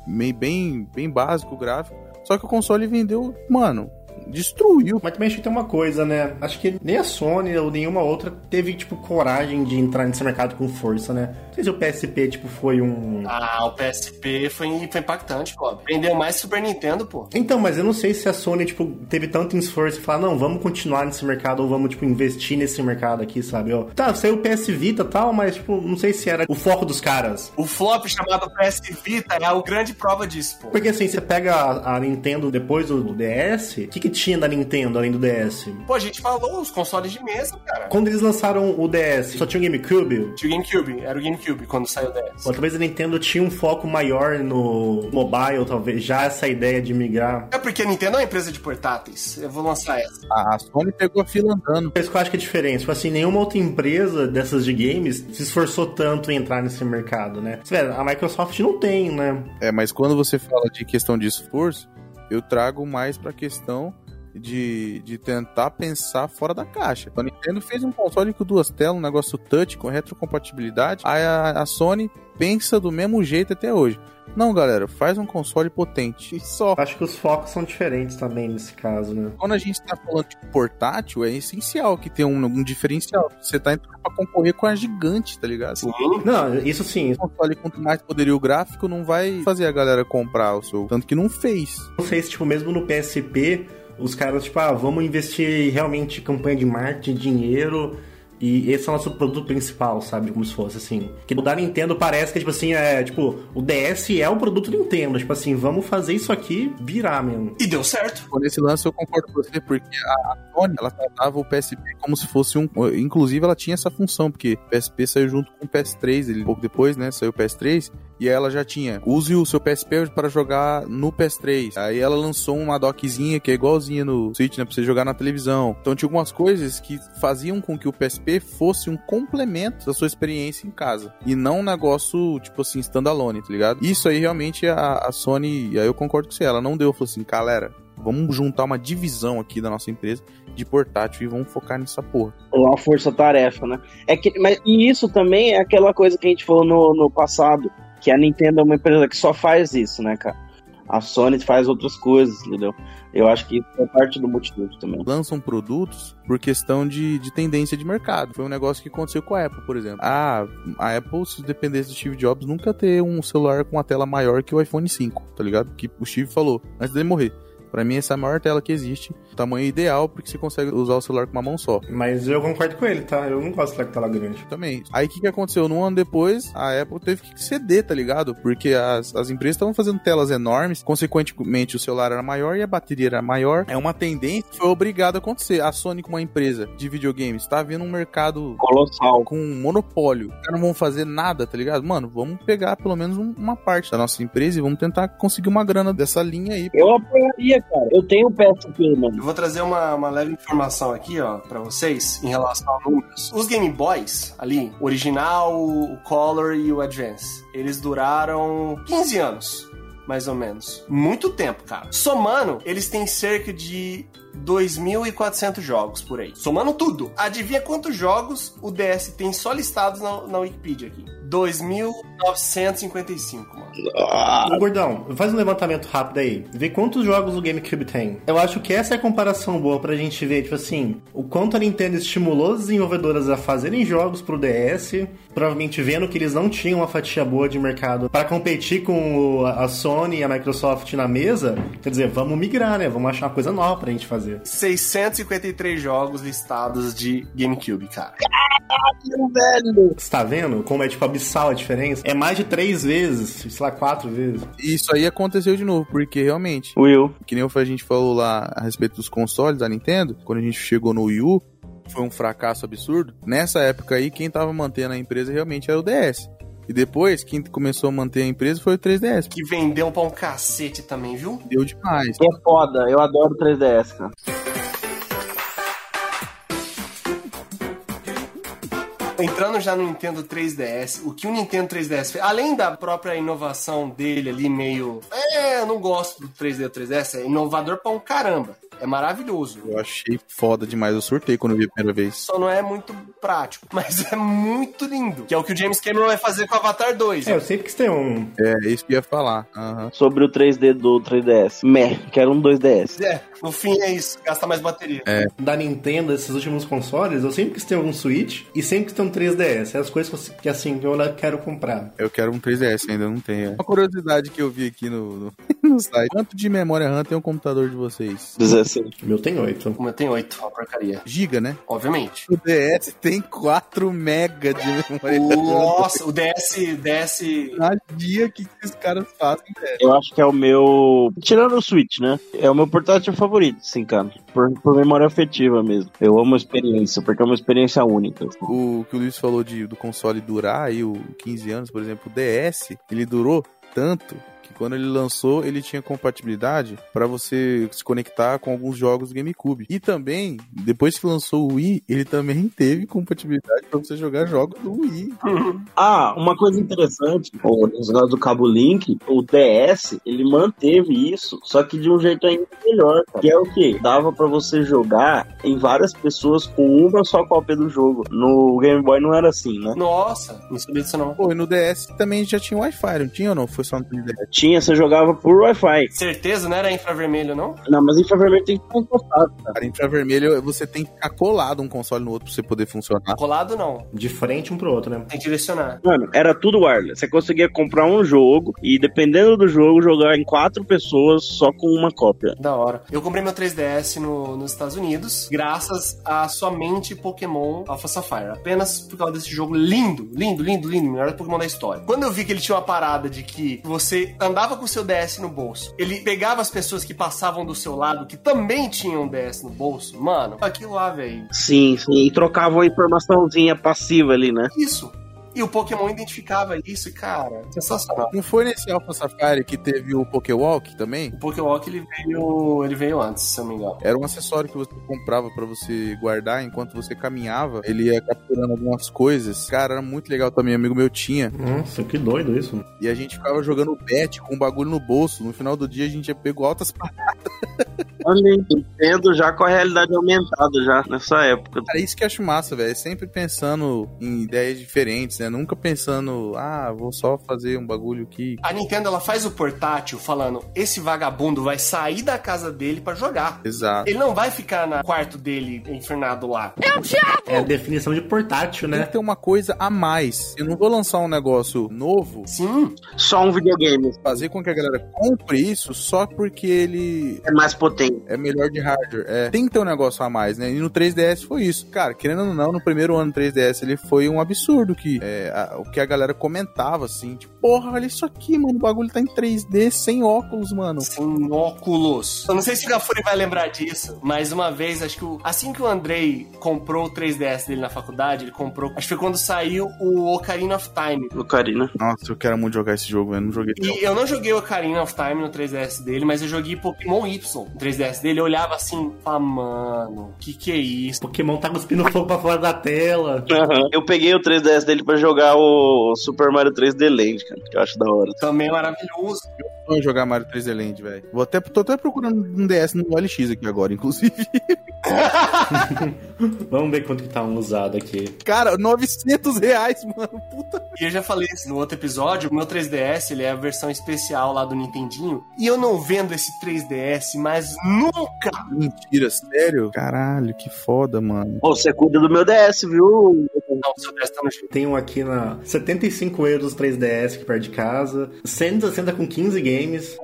D: bem bem, bem básico o gráfico. Só que o console vendeu, mano, destruiu.
B: Mas também acho que tem uma coisa, né? Acho que nem a Sony ou nenhuma outra teve, tipo, coragem de entrar nesse mercado com força, né? Não sei se o PSP, tipo, foi um.
A: Ah, o PSP foi, foi impactante, pô. Vendeu mais que Super Nintendo, pô.
B: Então, mas eu não sei se a Sony, tipo, teve tanto esforço e falar, não, vamos continuar nesse mercado ou vamos, tipo, investir nesse mercado aqui, sabe? Ó, tá, saiu o PS Vita e tal, mas, tipo, não sei se era o foco dos caras.
A: O flop chamado PS Vita é a grande prova disso, pô.
B: Porque assim, você pega a, a Nintendo depois do, do DS, o que, que tinha da Nintendo além do DS?
A: Pô, a gente falou os consoles de mesa, cara.
B: Quando eles lançaram o DS, só tinha o GameCube?
A: Tinha o GameCube, era o GameCube quando saiu o DS.
B: Ou talvez a Nintendo tinha um foco maior no mobile, talvez, já essa ideia de migrar.
A: É porque a Nintendo é uma empresa de portáteis. Eu vou lançar essa.
D: A a Sony pegou a fila andando.
B: Por isso que eu acho que é diferente. Tipo assim, nenhuma outra empresa dessas de games se esforçou tanto em entrar nesse mercado, né? Você vê, a Microsoft não tem, né?
D: É, mas quando você fala de questão de esforço, eu trago mais pra questão de, de tentar pensar fora da caixa. A Nintendo fez um console com duas telas, um negócio touch, com retrocompatibilidade. Aí a, a Sony pensa do mesmo jeito até hoje. Não, galera, faz um console potente. E só.
B: Acho que os focos são diferentes também nesse caso, né?
D: Quando a gente tá falando de portátil, é essencial que tenha um, um diferencial. Você tá entrando pra concorrer com a gigante, tá ligado?
B: Não, isso sim.
D: Um console quanto mais poderio gráfico não vai fazer a galera comprar o seu. Tanto que não fez.
B: Não sei se, tipo, mesmo no PSP, os caras, tipo, ah, vamos investir realmente em campanha de marketing, dinheiro, E esse é o nosso produto principal, sabe? Como se fosse assim. Que o da Nintendo parece que, tipo assim, é tipo, o DS é o produto Nintendo. Tipo assim, vamos fazer isso aqui virar mesmo.
A: E deu certo.
D: Pô, Tipo, Nesse lance eu concordo com você, porque a, a Sony, ela tratava o PSP como se fosse um... Inclusive, ela tinha essa função, porque o PSP saiu junto com o PS3, ele, pouco depois, né, saiu o PS3, e aí ela já tinha, use o seu PSP para jogar no PS3. Aí ela lançou uma dockzinha que é igualzinha no Switch, né, pra você jogar na televisão. Então tinha algumas coisas que faziam com que o PSP fosse um complemento da sua experiência em casa, e não um negócio, tipo assim, standalone, tá ligado? Isso aí, realmente, a, a Sony, aí eu concordo com você, ela não deu, falou assim, galera, vamos juntar uma divisão aqui da nossa empresa de portátil e vamos focar nessa porra.
C: Ou uma força-tarefa, né? É que, mas, e isso também é aquela coisa que a gente falou no, no passado, que a Nintendo é uma empresa que só faz isso, né, cara? A Sony faz outras coisas, entendeu? Eu acho que isso é parte do motivo também.
D: lançam produtos por questão de, de tendência de mercado. Foi um negócio que aconteceu com a Apple, por exemplo. Ah, a Apple, se dependesse do Steve Jobs, nunca ter um celular com uma tela maior que o iPhone 5, tá ligado? Que o Steve falou antes dele morrer. Pra mim, essa é a maior tela que existe. Tamanho ideal, porque você consegue usar o celular com uma mão só.
B: Mas eu concordo com ele, tá? Eu não gosto da tela grande.
D: Também. Aí o que, que aconteceu? Num ano depois, a Apple teve que ceder, tá ligado? Porque as, as empresas estavam fazendo telas enormes, consequentemente o celular era maior e a bateria era maior. É uma tendência que foi obrigada a acontecer. A Sony, como uma empresa de videogames, tá vendo um mercado
C: Colossal.
D: com um monopólio. Os caras não vão fazer nada, tá ligado? Mano, vamos pegar pelo menos um- uma parte da nossa empresa e vamos tentar conseguir uma grana dessa linha aí.
C: Eu apoiaria, cara. Eu tenho o PSP, mano.
A: Eu vou trazer uma, uma leve informação aqui, ó, pra vocês, em relação a números. Os Game Boys, ali, o original, o Color e o Advance, eles duraram 15 anos, mais ou menos. Muito tempo, cara. Somando, eles têm cerca de 2.400 jogos por aí. Somando tudo. Adivinha quantos jogos o DS tem só listados na, na Wikipedia aqui? 2.955, mano.
B: Ô, gordão, faz um levantamento rápido aí. Vê quantos jogos o GameCube tem. Eu acho que essa é a comparação boa pra gente ver, tipo assim, o quanto a Nintendo estimulou as desenvolvedoras a fazerem jogos pro DS, provavelmente vendo que eles não tinham uma fatia boa de mercado pra competir com o- a Sony e a Microsoft na mesa. Quer dizer, vamos migrar, né? Vamos achar uma coisa nova pra gente fazer.
A: 653 jogos listados de GameCube, cara.
B: Você tá vendo como é, tipo, abissal a diferença? É mais de três vezes, sei lá, quatro vezes.
D: E Isso aí aconteceu de novo, porque realmente
C: Will.
D: que nem a gente falou lá a respeito dos consoles da Nintendo, quando a gente chegou no Wii U, foi um fracasso absurdo. Nessa época aí, quem tava mantendo a empresa realmente era o DS. E depois, quem começou a manter a empresa foi o 3DS, que
A: que vendeu pra um cacete também, viu?
D: deu demais.
C: É foda. Eu adoro 3DS, cara.
A: Entrando já no Nintendo 3DS, o que o Nintendo 3DS fez, além da própria inovação dele ali, meio. É, eu não gosto do 3D do 3DS, é inovador pra um caramba. É maravilhoso.
D: Eu achei foda demais, eu surtei quando eu vi a primeira vez.
A: Só não é muito prático, [laughs] mas é muito lindo. Que é o que o James Cameron vai fazer com o Avatar 2.
B: É, eu sempre quis ter um
D: É, isso que eu ia falar. Aham.
C: Sobre o 3D do 3DS. Meh. Quero um 2DS.
A: É, no fim é isso, gasta mais bateria.
B: da Nintendo, esses últimos consoles, eu sempre quis ter um Switch e sempre quis ter um 3DS. É as coisas que, eu- que assim, que eu lá quero comprar.
D: Eu quero um 3DS, ainda não tenho. Uma curiosidade que eu vi aqui no, [laughs] no- no site. Quanto de memória RAM tem o computador de vocês?
C: 16.
B: O meu tem oito.
A: Como eu tenho 8, uma porcaria.
D: Giga, né?
A: Obviamente.
D: O DS tem 4 mega de memória RAM.
A: Nossa, o DS, DS.
D: Imagina o que esses caras fazem, velho.
C: Eu acho que é o meu. Tirando o Switch, né? É o meu portátil favorito, sim, cara. Por, por memória afetiva mesmo. Eu amo a experiência, porque é uma experiência única. assim.
D: o que o Luiz falou de, do console durar aí, o 15 anos, por exemplo, o DS, ele durou tanto que quando ele lançou, ele tinha compatibilidade para você se conectar com alguns jogos do GameCube. E também, depois que lançou o Wii, ele também [laughs] teve compatibilidade para você jogar jogos do Wii.
C: Ah, uma coisa interessante, pô, nos negócios do cabo Link, o DS, ele manteve isso, só que de um jeito ainda melhor, cara. que é o que dava pra você jogar em várias pessoas com uma só cópia do jogo. No Game Boy não era assim, né?
A: Nossa, não sabia disso não.
D: Pô, e no DS também já tinha Wi-Fi, não tinha ou não? Foi só no 3DS?
C: Tinha, você jogava por Wi-Fi.
A: Certeza, não era infravermelho, não?
C: Não, mas infravermelho tem que um estar encostado.
D: Cara, infravermelho, você tem que ficar colado um console no outro pra você poder funcionar.
A: Colado, não.
B: De frente um pro outro, né?
A: Tem que direcionar.
C: Mano, era tudo wireless. Você conseguia comprar um jogo e, dependendo do jogo, jogar em quatro pessoas só com uma cópia.
A: Da hora. Eu comprei meu 3DS no- nos Estados Unidos, graças a somente Pokémon Alpha Sapphire. Apenas por causa desse jogo lindo, lindo, lindo, lindo. Melhor Pokémon da história. Quando eu vi que ele tinha uma parada de que você andava com o seu DS no bolso, ele pegava as pessoas que passavam do seu lado, que também tinham DS no bolso, mano, aquilo lá, velho.
C: Sim, sim. E trocava uma informaçãozinha passiva ali, né?
A: Isso. E o Pokémon identificava isso, e, cara. Sensacional.
D: Não foi nesse Alpha Safari que teve o Pokéwalk também?
A: O Pokéwalk ele veio, ele veio antes, se eu não me engano.
D: Era um acessório que você comprava pra você guardar enquanto você caminhava. Ele ia capturando algumas coisas. Cara, era muito legal também. Amigo meu tinha.
B: Nossa, que doido isso.
D: E a gente ficava jogando bet com o bagulho no bolso. No final do dia a gente ia pegou altas [laughs] paradas.
C: Olha, aí, Nintendo já com a realidade aumentada já nessa época.
D: Cara, isso que eu acho massa, velho. É Sempre pensando em ideias diferentes, né? Nunca pensando, ah, vou só fazer um bagulho que.
A: A Nintendo ela faz o portátil falando: esse vagabundo vai sair da casa dele pra jogar.
D: Exato.
A: Ele não vai ficar no quarto dele enfernado lá.
B: É a definição de portátil,
D: Tem
B: né?
D: que ter uma coisa a mais. Eu não vou lançar um negócio novo,
A: Sim,
C: Só um videogame
D: fazer com que a galera compre isso só porque ele
C: é mais potente.
D: É melhor de hardware. É. Tem que ter um negócio a mais, né? E no 3DS foi isso. Cara, querendo ou não, no primeiro ano do 3DS ele foi um absurdo que é, a- o que a galera comentava, assim, tipo, porra, olha isso aqui, mano. O bagulho tá em 3D sem óculos, mano.
A: sem óculos. Eu não sei se o Gafuri vai lembrar disso, mas uma vez, acho que o- assim que o Andrei comprou o 3DS dele na faculdade, ele comprou. Acho que foi quando saiu o Ocarina of Time.
C: No Karina.
D: Nossa, eu quero muito jogar esse jogo, eu não joguei. não.
A: E eu não joguei o Ocarina of Time no 3DS dele, mas eu joguei Pokémon Y no 3DS dele. Eu olhava assim, ah, mano, que que é isso?
B: Pokémon tá cuspindo fogo pra fora da tela.
C: Eu peguei o 3DS dele pra jogar o Super Mario 3D Land, cara, que eu acho da hora.
A: Também é maravilhoso.
D: Eu vou jogar Mario 3D Land, velho. Vou até, tô até procurando um DS no OLX aqui agora, inclusive. [laughs]
B: Vamos ver quanto que tá um usado aqui.
D: Cara, 900 reais, mano. Puta.
A: E eu já falei isso no outro episódio, o meu 3DS, ele é a versão especial lá do Nintendinho, e eu não vendo esse 3DS, mas nunca
D: Mentira, sério? Caralho, que foda, mano.
C: Ô, você cuida do meu DS, viu?
A: não se eu testar no jeito.
B: Tem um aqui na 75 euros 3DS que perto de casa. 160 com 15 games.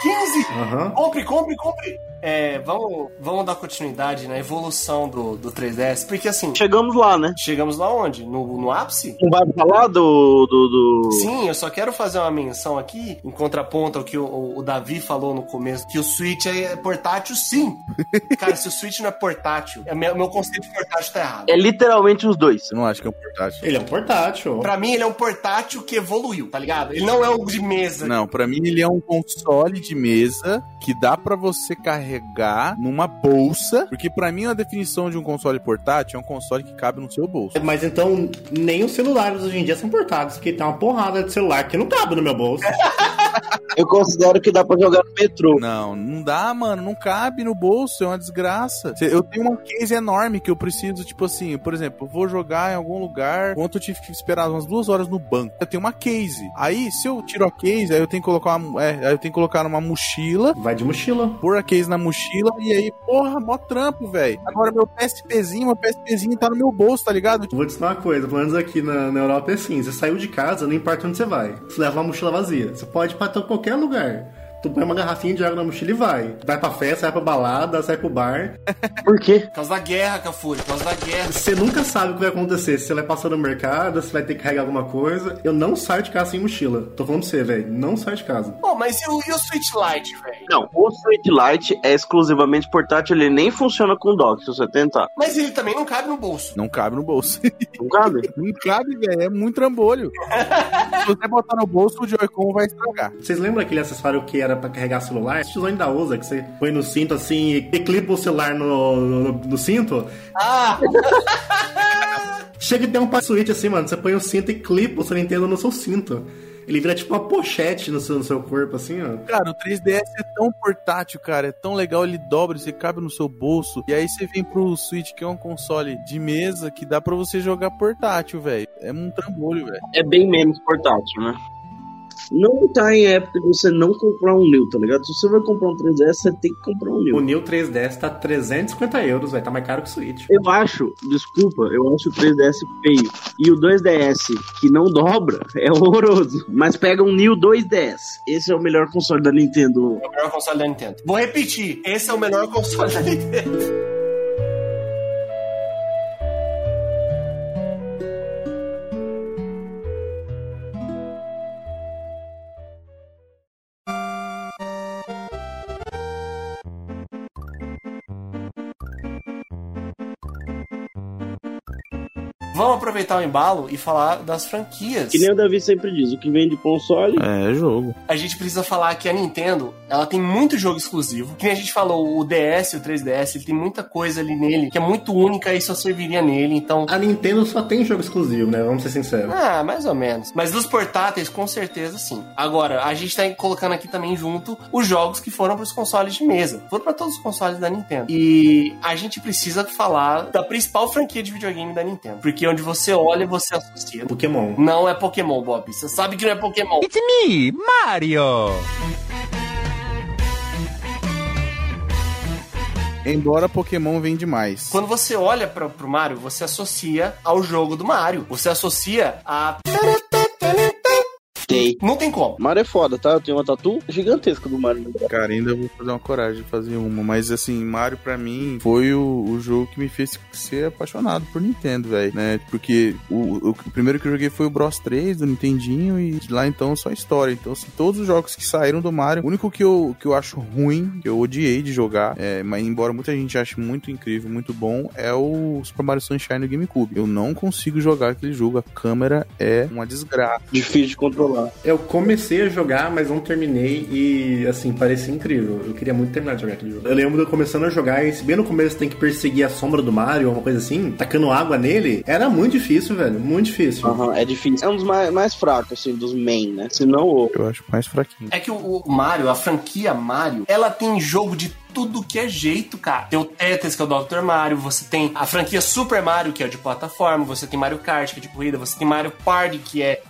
A: 15!
B: Aham.
A: Compre, compre, compre! É, vamos, vamos dar continuidade na evolução do, do 3DS, porque assim,
C: Chegamos lá, né?
A: chegamos lá onde? No, no ápice?
C: Não vai falar do. do, do...
A: Sim, eu só quero fazer uma menção aqui, em contraponto ao que o- o, o Davi falou no começo, que o Switch é portátil sim. Cara, se o Switch não é portátil, é meu, meu conceito de portátil tá errado.
C: É literalmente os dois.
D: Você não acha que é um portátil?
B: Ele é um portátil.
A: Pra mim, ele é um portátil que evoluiu, tá ligado? Ele não é um de mesa.
D: Não, pra mim ele é um console de mesa que dá pra você carregar numa bolsa, porque pra mim a definição de um console portátil é um console que cabe no seu bolso.
B: Mas então, nem os celulares hoje em dia são portáteis, porque tem uma porrada de celular que não cabe no meu bolso.
C: Eu considero que dá pra jogar no metrô.
D: Não, não dá, mano, não cabe no bolso, é uma desgraça. Cê- Eu tenho uma case enorme que eu preciso, tipo assim, por exemplo, eu vou jogar em algum lugar, enquanto eu tive que esperar umas duas horas no banco. Eu tenho uma case. Aí, se eu tiro a case, aí eu tenho que colocar uma, é, aí eu tenho que colocar numa mochila
B: Vai de mochila.
D: pôr a case na mochila e aí, porra, mó trampo, velho. Agora meu PSPzinho, meu PSPzinho tá no meu bolso, tá ligado?
B: Vou te falar uma coisa, pelo menos aqui na, na Europa é assim, você saiu de casa, não importa onde você vai. Você leva uma mochila vazia. Você pode ir pra to- qualquer lugar. Tu põe uma garrafinha de água na mochila e vai. Vai pra festa, vai pra balada, sai pro bar.
C: Por quê?
A: Por causa da guerra, Cafuri, por causa da guerra.
B: Você nunca sabe o que vai acontecer. Se você vai passar no mercado, se vai ter que carregar alguma coisa. Eu não saio de casa sem mochila. Tô falando pra você, velho. Não saio de casa.
A: Pô, mas e o, e o Switch Lite, velho?
C: Não, o Switch Lite é exclusivamente portátil, ele nem funciona com dock, se você tentar.
A: Mas ele também não cabe no bolso.
D: Não cabe no bolso. [laughs]
C: Não cabe?
D: Não cabe, velho. É muito trambolho. Se você botar no bolso, o Joy-Con vai estragar.
B: Vocês lembram aquele acessório que era pra carregar celular? Esse ainda usa, que você põe no cinto assim e clipa o celular no, no, no cinto?
A: Ah,
B: Chega de ter um pa- switch assim, mano. Você põe o cinto e clipa o seu Nintendo no seu cinto. Ele vira tipo uma pochete no seu, no seu corpo, assim, ó.
D: Cara, o 3DS é tão portátil, cara. É tão legal, ele dobra, você cabe no seu bolso. E aí você vem pro Switch, que é um console de mesa que dá pra você jogar portátil, velho. É um trambolho, velho.
C: É bem menos portátil, né? não tá em época de você não comprar um New, tá ligado? Se você vai comprar um 3DS, você tem que comprar um
B: O
C: New.
B: New 3DS tá 350 euros, vai tá mais caro que o Switch.
C: Eu acho, desculpa, eu acho o 3DS feio. E o 2DS, que não dobra, é [laughs] horroroso. Mas pega um New 2DS. Esse é o melhor console da Nintendo
A: É o melhor console da Nintendo. Vou repetir, esse é o melhor console da Nintendo. Vamos aproveitar o embalo e falar das franquias.
C: Que nem o Davi sempre diz, o que vende console.
D: É jogo.
A: a gente precisa falar que a Nintendo, ela tem muito jogo exclusivo. Que nem a gente falou, o DS, o 3DS, ele tem muita coisa ali nele que é muito única e só serviria nele. Então,
B: A Nintendo só tem jogo exclusivo, né? Vamos ser sinceros.
A: ah, mais ou menos. Mas dos portáteis, com certeza sim. Agora, a gente tá colocando aqui também junto os jogos que foram pros consoles de mesa. Foram pra todos os consoles da Nintendo. E a gente precisa falar da principal franquia de videogame da Nintendo. Porque onde você olha, você associa.
B: Ah. Pokémon.
A: Não é Pokémon, Bob. Você sabe que não é Pokémon.
E: It's me, Mario!
D: Embora Pokémon vende mais.
A: Quando você olha pra, pro Mario, você associa ao jogo do Mario. Você associa a.
C: Tem.
A: Não tem como.
C: Mario é foda, tá? Eu tenho uma tatu gigantesca do Mario.
D: Cara, ainda vou fazer uma coragem de fazer uma, mas assim, Mario pra mim foi o, o jogo que me fez ser apaixonado por Nintendo, velho, né? Porque o, o primeiro que eu joguei foi o Bros 3 do Nintendinho e de lá então só história. Então, assim, todos os jogos que saíram do Mario, o único que eu, que eu acho ruim, que eu odiei de jogar, é, mas embora muita gente ache muito incrível, muito bom, é o Super Mario Sunshine no GameCube. Eu não consigo jogar aquele jogo, a câmera é uma desgraça.
C: Difícil de controlar.
B: Eu comecei a jogar, mas não terminei e, assim, parecia incrível. Eu queria muito terminar de jogar aquele jogo. Eu lembro de eu começando a jogar e, se bem no começo tem que perseguir a sombra do Mario ou uma coisa assim, tacando água nele, era muito difícil, velho. Muito difícil.
C: Aham, é difícil. É um dos mais, mais fracos, assim, dos main, né? Se não o.
D: Eu acho mais fraquinho.
A: É que o, o Mario, a franquia Mario, ela tem jogo de tudo que é jeito, cara. Tem o Tetris, que é o Dr. Mario, você tem a franquia Super Mario, que é de plataforma, você tem Mario Kart, que é de corrida, você tem Mario Party, que é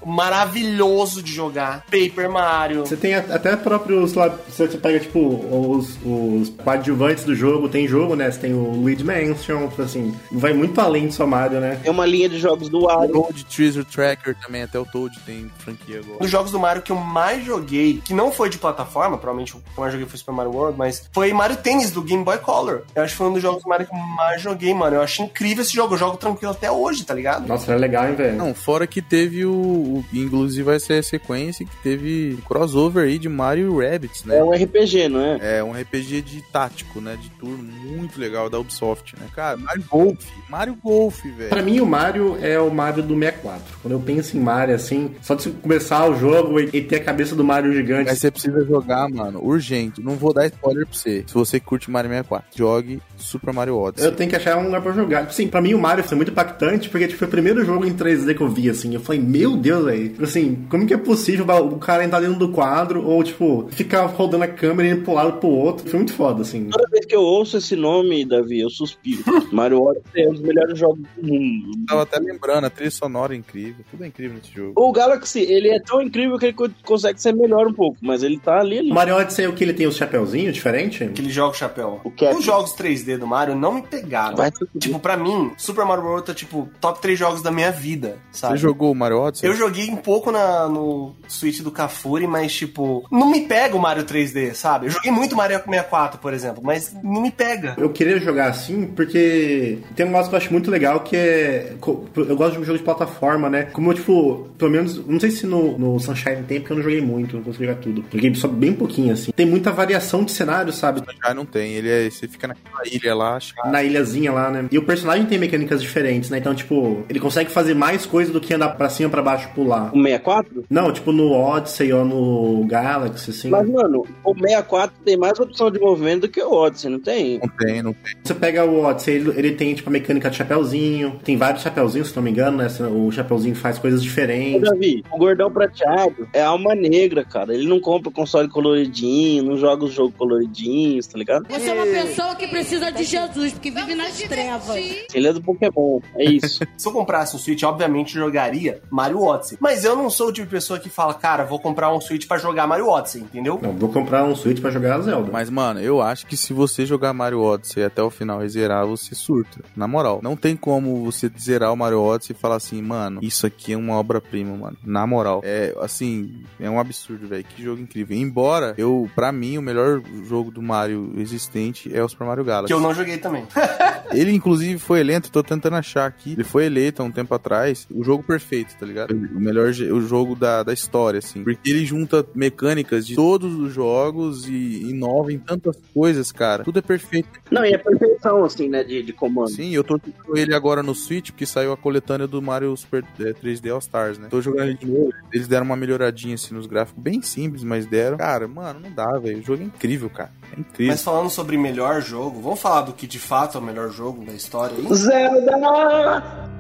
A: maravilhoso de jogar, Paper Mario.
B: Você tem a- até próprios lá, você você pega tipo os, os coadjuvantes do jogo, tem jogo, né? Você tem o Luigi Mansion, tipo assim, vai muito além de só Mario, né?
C: É uma linha de jogos do Mario.
D: Toad Treasure Tracker também, até o Toad tem franquia agora.
A: dos jogos do Mario que eu mais joguei, que não foi de plataforma, provavelmente o que eu mais joguei foi Super Mario World, mas foi Mario Tênis do Game Boy Color. Eu acho que foi um dos jogos do Mario que eu mais joguei, mano. Eu acho incrível esse jogo, eu jogo tranquilo até hoje, tá ligado?
B: Nossa, era legal, hein, velho?
D: Não, é. fora que teve o, o- Inclusive vai ser a sequência que teve crossover aí de Mario e Rabbids, né?
C: É um RPG, não é?
D: É um RPG de tático, né? De turno muito legal da Ubisoft, né? Cara, Mario Golf. Mario Golf,
B: Pra
D: velho.
B: mim, o Mario é o Mario do 64. Quando eu penso em Mario, assim, só de você começar o jogo e e ter a cabeça do Mario gigante.
D: Mas você precisa jogar, mano, urgente. Não vou dar spoiler pra você. Se você curte Mario 64, jogue Super Mario Odyssey.
B: Eu tenho que achar um lugar pra jogar. Sim, pra mim o Mario foi muito impactante, porque tipo, foi o primeiro jogo em 3D que eu vi, assim. Eu falei, meu Deus, velho. Assim, como que é possível o cara entrar dentro do quadro ou, tipo, ficar rodando a câmera e indo pro lado pro outro? Foi muito foda, assim.
C: Toda vez que eu ouço esse nome, Davi, eu suspiro. Mario Odyssey é um dos melhores jogos do mundo.
D: Eu tava até lembrando, a trilha sonora é incrível. Tudo é incrível nesse jogo.
C: O Galaxy, ele é tão incrível que ele co- consegue ser melhor um pouco, mas ele tá ali.
B: O
C: ali.
B: Mario Odyssey é o que ele tem os chapéuzinhos diferente?
A: Aquele jogo chapéu.
C: O que é?
A: Os jogos 3D do Mario não me pegaram.
C: Vai se fuder.
A: Tipo, pra mim, Super Mario World tá, tipo, top 3 jogos da minha vida, sabe?
D: Você jogou o Mario Odyssey?
A: Eu joguei um pouco na, no Switch do Cafuri, mas, tipo, não me pega o Mario 3D, sabe? Eu joguei muito Mario 64, por exemplo, mas não me pega.
B: Eu queria jogar assim porque tem um negócio que eu acho muito legal que é. co- Eu gosto de um jogo de plataforma, né? Como, tipo, pelo menos. Não sei se no, no Sunshine tem, porque eu não joguei muito, não consegui jogar tudo. Joguei só bem pouquinho, assim. Tem muita variação de cenário, sabe?
D: Já não tem. Ele é. Você fica naquela ilha lá, chato.
B: na ilhazinha lá, né? E o personagem tem mecânicas diferentes, né? Então, tipo, ele consegue fazer mais coisa do que andar pra cima, pra baixo, pular.
C: O 64?
B: Não, tipo no Odyssey ou no Galaxy, assim.
C: Mas, mano, o 64 tem mais opção de movimento do que o Odyssey, não tem?
D: Não tem, não tem.
B: Você pega o Odyssey, ele, ele tem, tipo, a mecânica de chapeuzinho. Tem vários chapeuzinhos, se não me engano, né? O chapeuzinho faz coisas
C: Ô,
B: diferentes.
C: Davi, o gordão prateado é alma negra, cara. Ele não compra console coloridinho, não joga o jogo coloridinho, tá ligado?
G: Você é uma pessoa que precisa de Jesus, porque vive nas trevas.
C: Ele é do Pokémon, é isso.
A: Se eu comprasse um Switch, obviamente jogaria Mario Odyssey. Mas eu não sou o tipo de pessoa que fala, cara, vou comprar um Switch pra jogar Mario Odyssey, entendeu?
B: Não, vou comprar um Switch pra jogar a Zelda.
D: Mas, mano, eu acho que se você jogar Mario Odyssey até o final e zerar, você surta. Na moral, não tem como você zerar o Mario Odyssey e falar assim, mano, isso aqui é uma obra-prima, mano. Na moral. É, assim, é um absurdo, velho. Que jogo incrível. Embora eu, pra mim, o melhor jogo do Mario existente é o Super Mario Galaxy.
A: Que eu não joguei também.
D: Ele, inclusive, foi eleito, tô tentando achar aqui. Ele foi eleito há um tempo atrás, o jogo perfeito, tá ligado? O melhor je- o jogo da, da história, assim. Porque ele junta mecânicas de todos os jogos e inova em tantas coisas, cara. Tudo é perfeito.
C: [laughs] Não, e é perfeição, assim, né, de, de comando.
D: Sim, eu tô jogando ele agora no Switch, porque saiu a coletânea do Mario Super é, 3D All Stars, né? Tô jogando ele de novo. Eles deram uma melhoradinha, assim, nos gráficos. Bem simples, mas deram. Cara, mano, não dá, velho. O jogo é incrível, cara. É incrível.
A: Mas falando sobre melhor jogo, vamos falar do que de fato é o melhor jogo da história aí?
C: Zelda!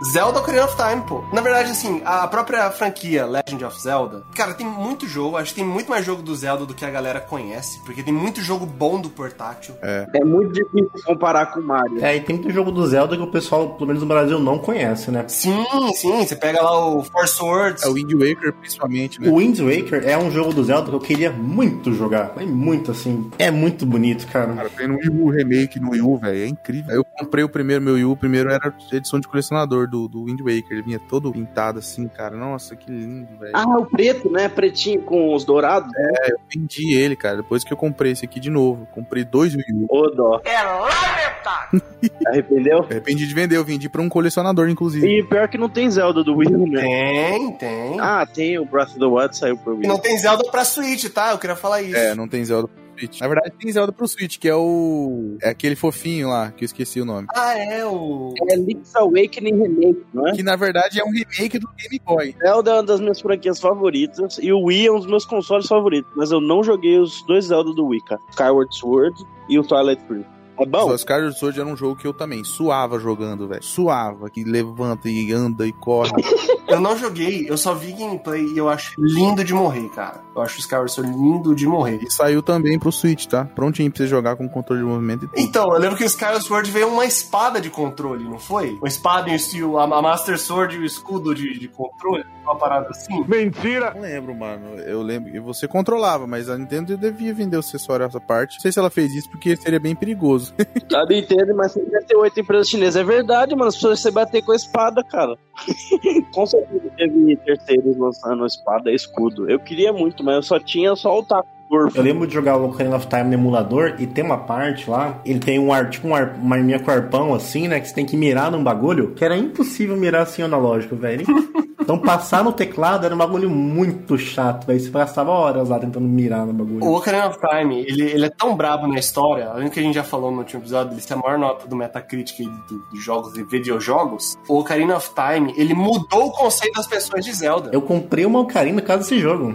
A: Zelda Ocarina of Time, pô. Na verdade, assim, a própria franquia Legend of Zelda, cara, tem muito jogo, acho que tem muito mais jogo do Zelda do que a galera conhece, porque tem muito jogo bom do portátil.
C: É muito difícil comparar com o Mario.
B: É, e tem muito jogo do Zelda que o pessoal, pelo menos no Brasil, não conhece, né?
A: Sim, sim, você pega lá o Four Swords.
D: É o Wind Waker, principalmente, né?
B: O Wind Waker é um jogo do Zelda que eu queria muito jogar. É muito assim. É muito bonito, cara.
D: Cara, tem no Wii U remake no Wii U, velho. É incrível. Eu comprei o primeiro, meu Wii U. O primeiro era edição de colecionador do, do Wind Waker. Ele vinha todo pintado assim, cara. Nossa, que lindo, velho.
C: Ah, o preto, né? Pretinho com os dourados.
D: Eu vendi ele, cara. Depois que eu comprei esse aqui de novo. Comprei dois Wii U.
C: Ô, dó.
F: É lamentável!
C: [laughs] Arrependeu?
D: Arrependi de vender. Eu vendi pra um colecionador, inclusive.
C: E pior que não tem Zelda do Wii, né?
A: Tem, tem.
C: Ah, tem o Breath of the Wild, saiu pro
A: E
C: Wii.
A: não tem Zelda pra Switch, tá? Eu queria falar isso.
D: É, não tem Zelda pro Switch. Na verdade, tem Zelda pro Switch, que é o... É aquele fofinho lá, que eu esqueci o nome.
A: Ah, é o.
C: É Link's Awakening Remake, não é?
D: Que, na verdade, é um remake do Game Boy.
C: Zelda é uma das minhas franquias favoritas e o Wii é um dos meus consoles favoritos, mas eu não joguei os dois Zelda do Wii, cara. Skyward Sword e o Twilight Princess. É bom?
D: Só Skyward Sword era um jogo que eu também suava jogando, velho. Suava, que levanta e anda e corre.
A: Eu não joguei, eu só vi gameplay e eu acho lindo de morrer, cara. Eu acho o Skyward Sword lindo de morrer.
D: E saiu também pro Switch, tá? Prontinho pra você jogar com controle de movimento e tudo.
A: Então, eu lembro que o Skyward Sword veio uma espada de controle, não foi? Uma espada e o steel, a a Master Sword e o escudo de, de controle, uma parada assim.
D: Eu não lembro, mano. Eu lembro. E você controlava, mas a Nintendo devia vender o acessório essa parte. Não sei se ela fez isso porque seria bem perigoso.
C: A Nintendo, tá mas 58 empresas chinesas. É verdade, mano. As pessoas se bater com a espada, cara. [laughs] com certeza teve terceiros lançando espada e escudo. Eu queria muito, mas eu só tinha só o taco.
B: Eu lembro de jogar o Ocarina of Time no emulador e tem uma parte lá, ele tem um ar, tipo um ar, uma arminha com arpão assim, né? Que você tem que mirar num bagulho, que era impossível mirar assim analógico, velho. Então passar no teclado era um bagulho muito chato, velho. Você passava horas lá tentando mirar no bagulho.
A: O Ocarina of Time, ele, ele é tão brabo na história, além do que a gente já falou no último episódio, ele é a maior nota do Metacritic aí de, de jogos e videojogos. O Ocarina of Time, ele mudou o conceito das pessoas de Zelda.
B: Eu comprei uma Ocarina por causa desse jogo.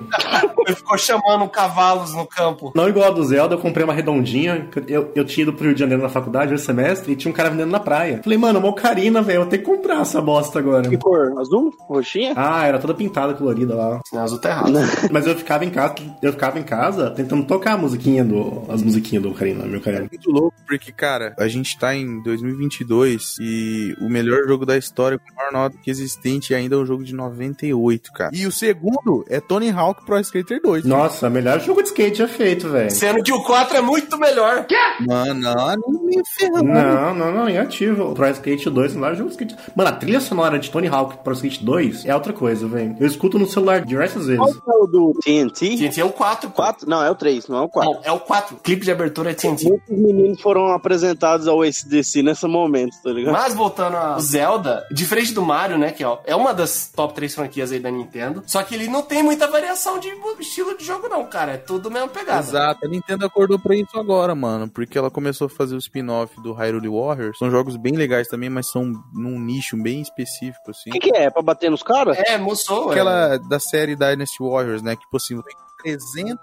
A: Ele ficou chamando cavalos no campo.
B: Não igual a do Zelda, eu comprei uma redondinha. que Eu, eu tinha ido pro Rio de Janeiro na faculdade esse semestre e tinha um cara vendendo na praia. Falei, mano, uma Ocarina, velho. Eu tenho que comprar essa bosta agora.
C: Que cor? Azul? Roxinha?
B: Ah, era toda pintada, colorida lá.
A: Senão azul tá errado.
B: Mas eu ficava em casa, eu ficava em casa tentando tocar a musiquinha do. as musiquinhas do Ocarina, meu
D: É
B: Ocarina.
D: [laughs] muito louco, porque, cara, a gente tá em 2022 e o melhor jogo da história com a maior nota que existente ainda é o jogo de 98, cara. E o segundo é Tony Hawk Pro Skater 2.
B: Nossa, melhor jogo de skate já feito, velho.
A: Sendo que o 4 é muito melhor.
D: Mano, não me ferrando.
B: Não, não, não, inativo. O Pro Skate 2, melhor jogo de skate. Mano, a trilha sonora de Tony Hawk Pro Skate 2 é outra coisa, velho. Eu escuto no celular diversas
C: Qual
B: vezes.
C: que é o do TNT?
A: Gente, é o 4, pô.
C: 4? Não, é o 3, não é o 4.
B: Ah,
A: Não, é o 4. Clipe de abertura é TNT.
C: Muitos meninos foram apresentados ao SDC nesse momento, tá ligado?
A: Mas voltando a Zelda, diferente do Mario, né, que ó, é uma das top 3 franquias aí da Nintendo, só que ele não tem muita variação de estilo de jogo não, cara, é tudo mesmo pegada.
D: Exato, a Nintendo acordou pra isso agora, mano, porque ela começou a fazer o spin-off do Hyrule Warriors. São jogos bem legais também, mas são num nicho bem específico, assim.
C: O que, que é? Pra bater nos caras?
A: É, moçou, é.
D: Aquela da série Dynasty Warriors, né? Que, tipo assim, tem 300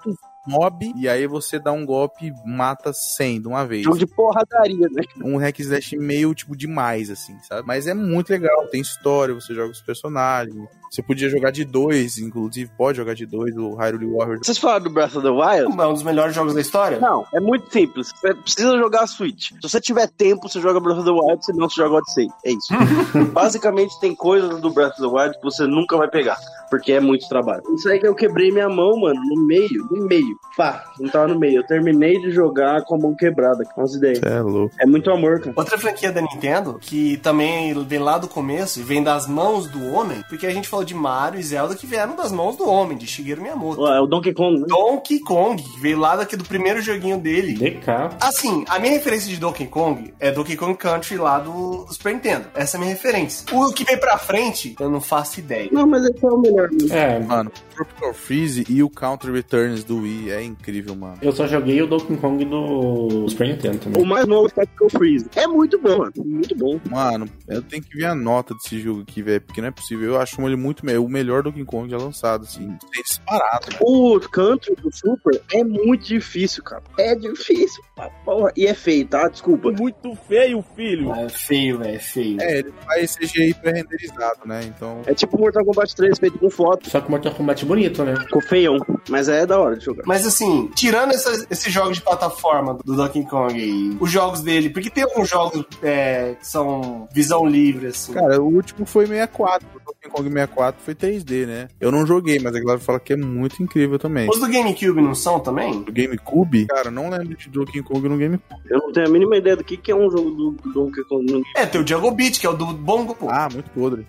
D: mob e aí você dá um golpe e mata 100 de uma vez.
C: Jogo de porradaria, né?
D: Um hack and slash meio, tipo, demais, assim, sabe? Mas é muito legal, tem história, você joga os personagens. Você podia jogar de dois, inclusive, pode jogar de dois, o Hyrule Warrior.
C: Vocês falaram do Breath of the Wild?
A: Um dos melhores jogos da história?
C: Não, é muito simples. Você precisa jogar a Switch. Se você tiver tempo, você joga Breath of the Wild, senão você joga Odyssey. É [laughs] isso. Basicamente, tem coisas do Breath of the Wild que você nunca vai pegar, porque é muito trabalho. Isso aí que eu quebrei minha mão, mano, no meio, no meio. Pá, não tava no meio. Eu terminei de jogar com a mão quebrada, com as ideias.
D: Cê é louco.
C: É muito amor, cara.
A: Outra franquia da Nintendo, que também vem lá do começo e vem das mãos do homem, porque a gente falou de Mario e Zelda que vieram das mãos do homem, de Shigeru Miyamoto.
C: Ué, É o Donkey Kong, né?
A: Donkey Kong, que veio lá daqui do primeiro joguinho dele.
B: DK.
A: Assim, a minha referência de Donkey Kong é Donkey Kong Country lá do Super Nintendo. Essa é a minha referência. O que vem pra frente, eu não faço ideia.
C: Não, mas esse é o melhor. mesmo.
B: É,
D: Mano, Tropical Freeze e o Counter Returns do Wii é incrível, mano.
B: eu só joguei o Donkey Kong do Super Nintendo também.
C: O mais novo é Tactical Freeze. É muito bom, mano. Muito bom.
D: Mano, eu tenho que ver a nota desse jogo aqui, velho, porque não é possível. Eu acho ele muito me- o melhor Donkey Kong já lançado, assim. Tem disparado, velho.
C: O country do Super é muito difícil, cara. É difícil, pra porra. E é feio, tá? Desculpa.
E: Muito feio, filho.
A: É feio, velho, é feio.
D: É, ele faz CGI pré-renderizado, né? Então,
C: É tipo Mortal Kombat 3 feito com foto.
B: Só que o Mortal Kombat é bonito, né?
C: Ficou feião. Mas é da hora de jogar.
A: Mas assim, tirando essas- esses jogos de plataforma do Donkey Kong aí, os jogos dele, porque tem alguns jogos é, que são visão livre, assim.
D: cara, o último foi 64. O Donkey Kong 64 foi 3D, né? Eu não joguei, mas a galera fala que é muito incrível também.
A: Os do GameCube não são também?
D: Do GameCube, cara, não lembro de Donkey Kong no GameCube.
C: Eu não tenho a mínima ideia do que, que é um jogo do do Donkey Kong.
A: É, tem o Jungle Beat, que é o do Bongo, pô.
D: Ah, muito podre.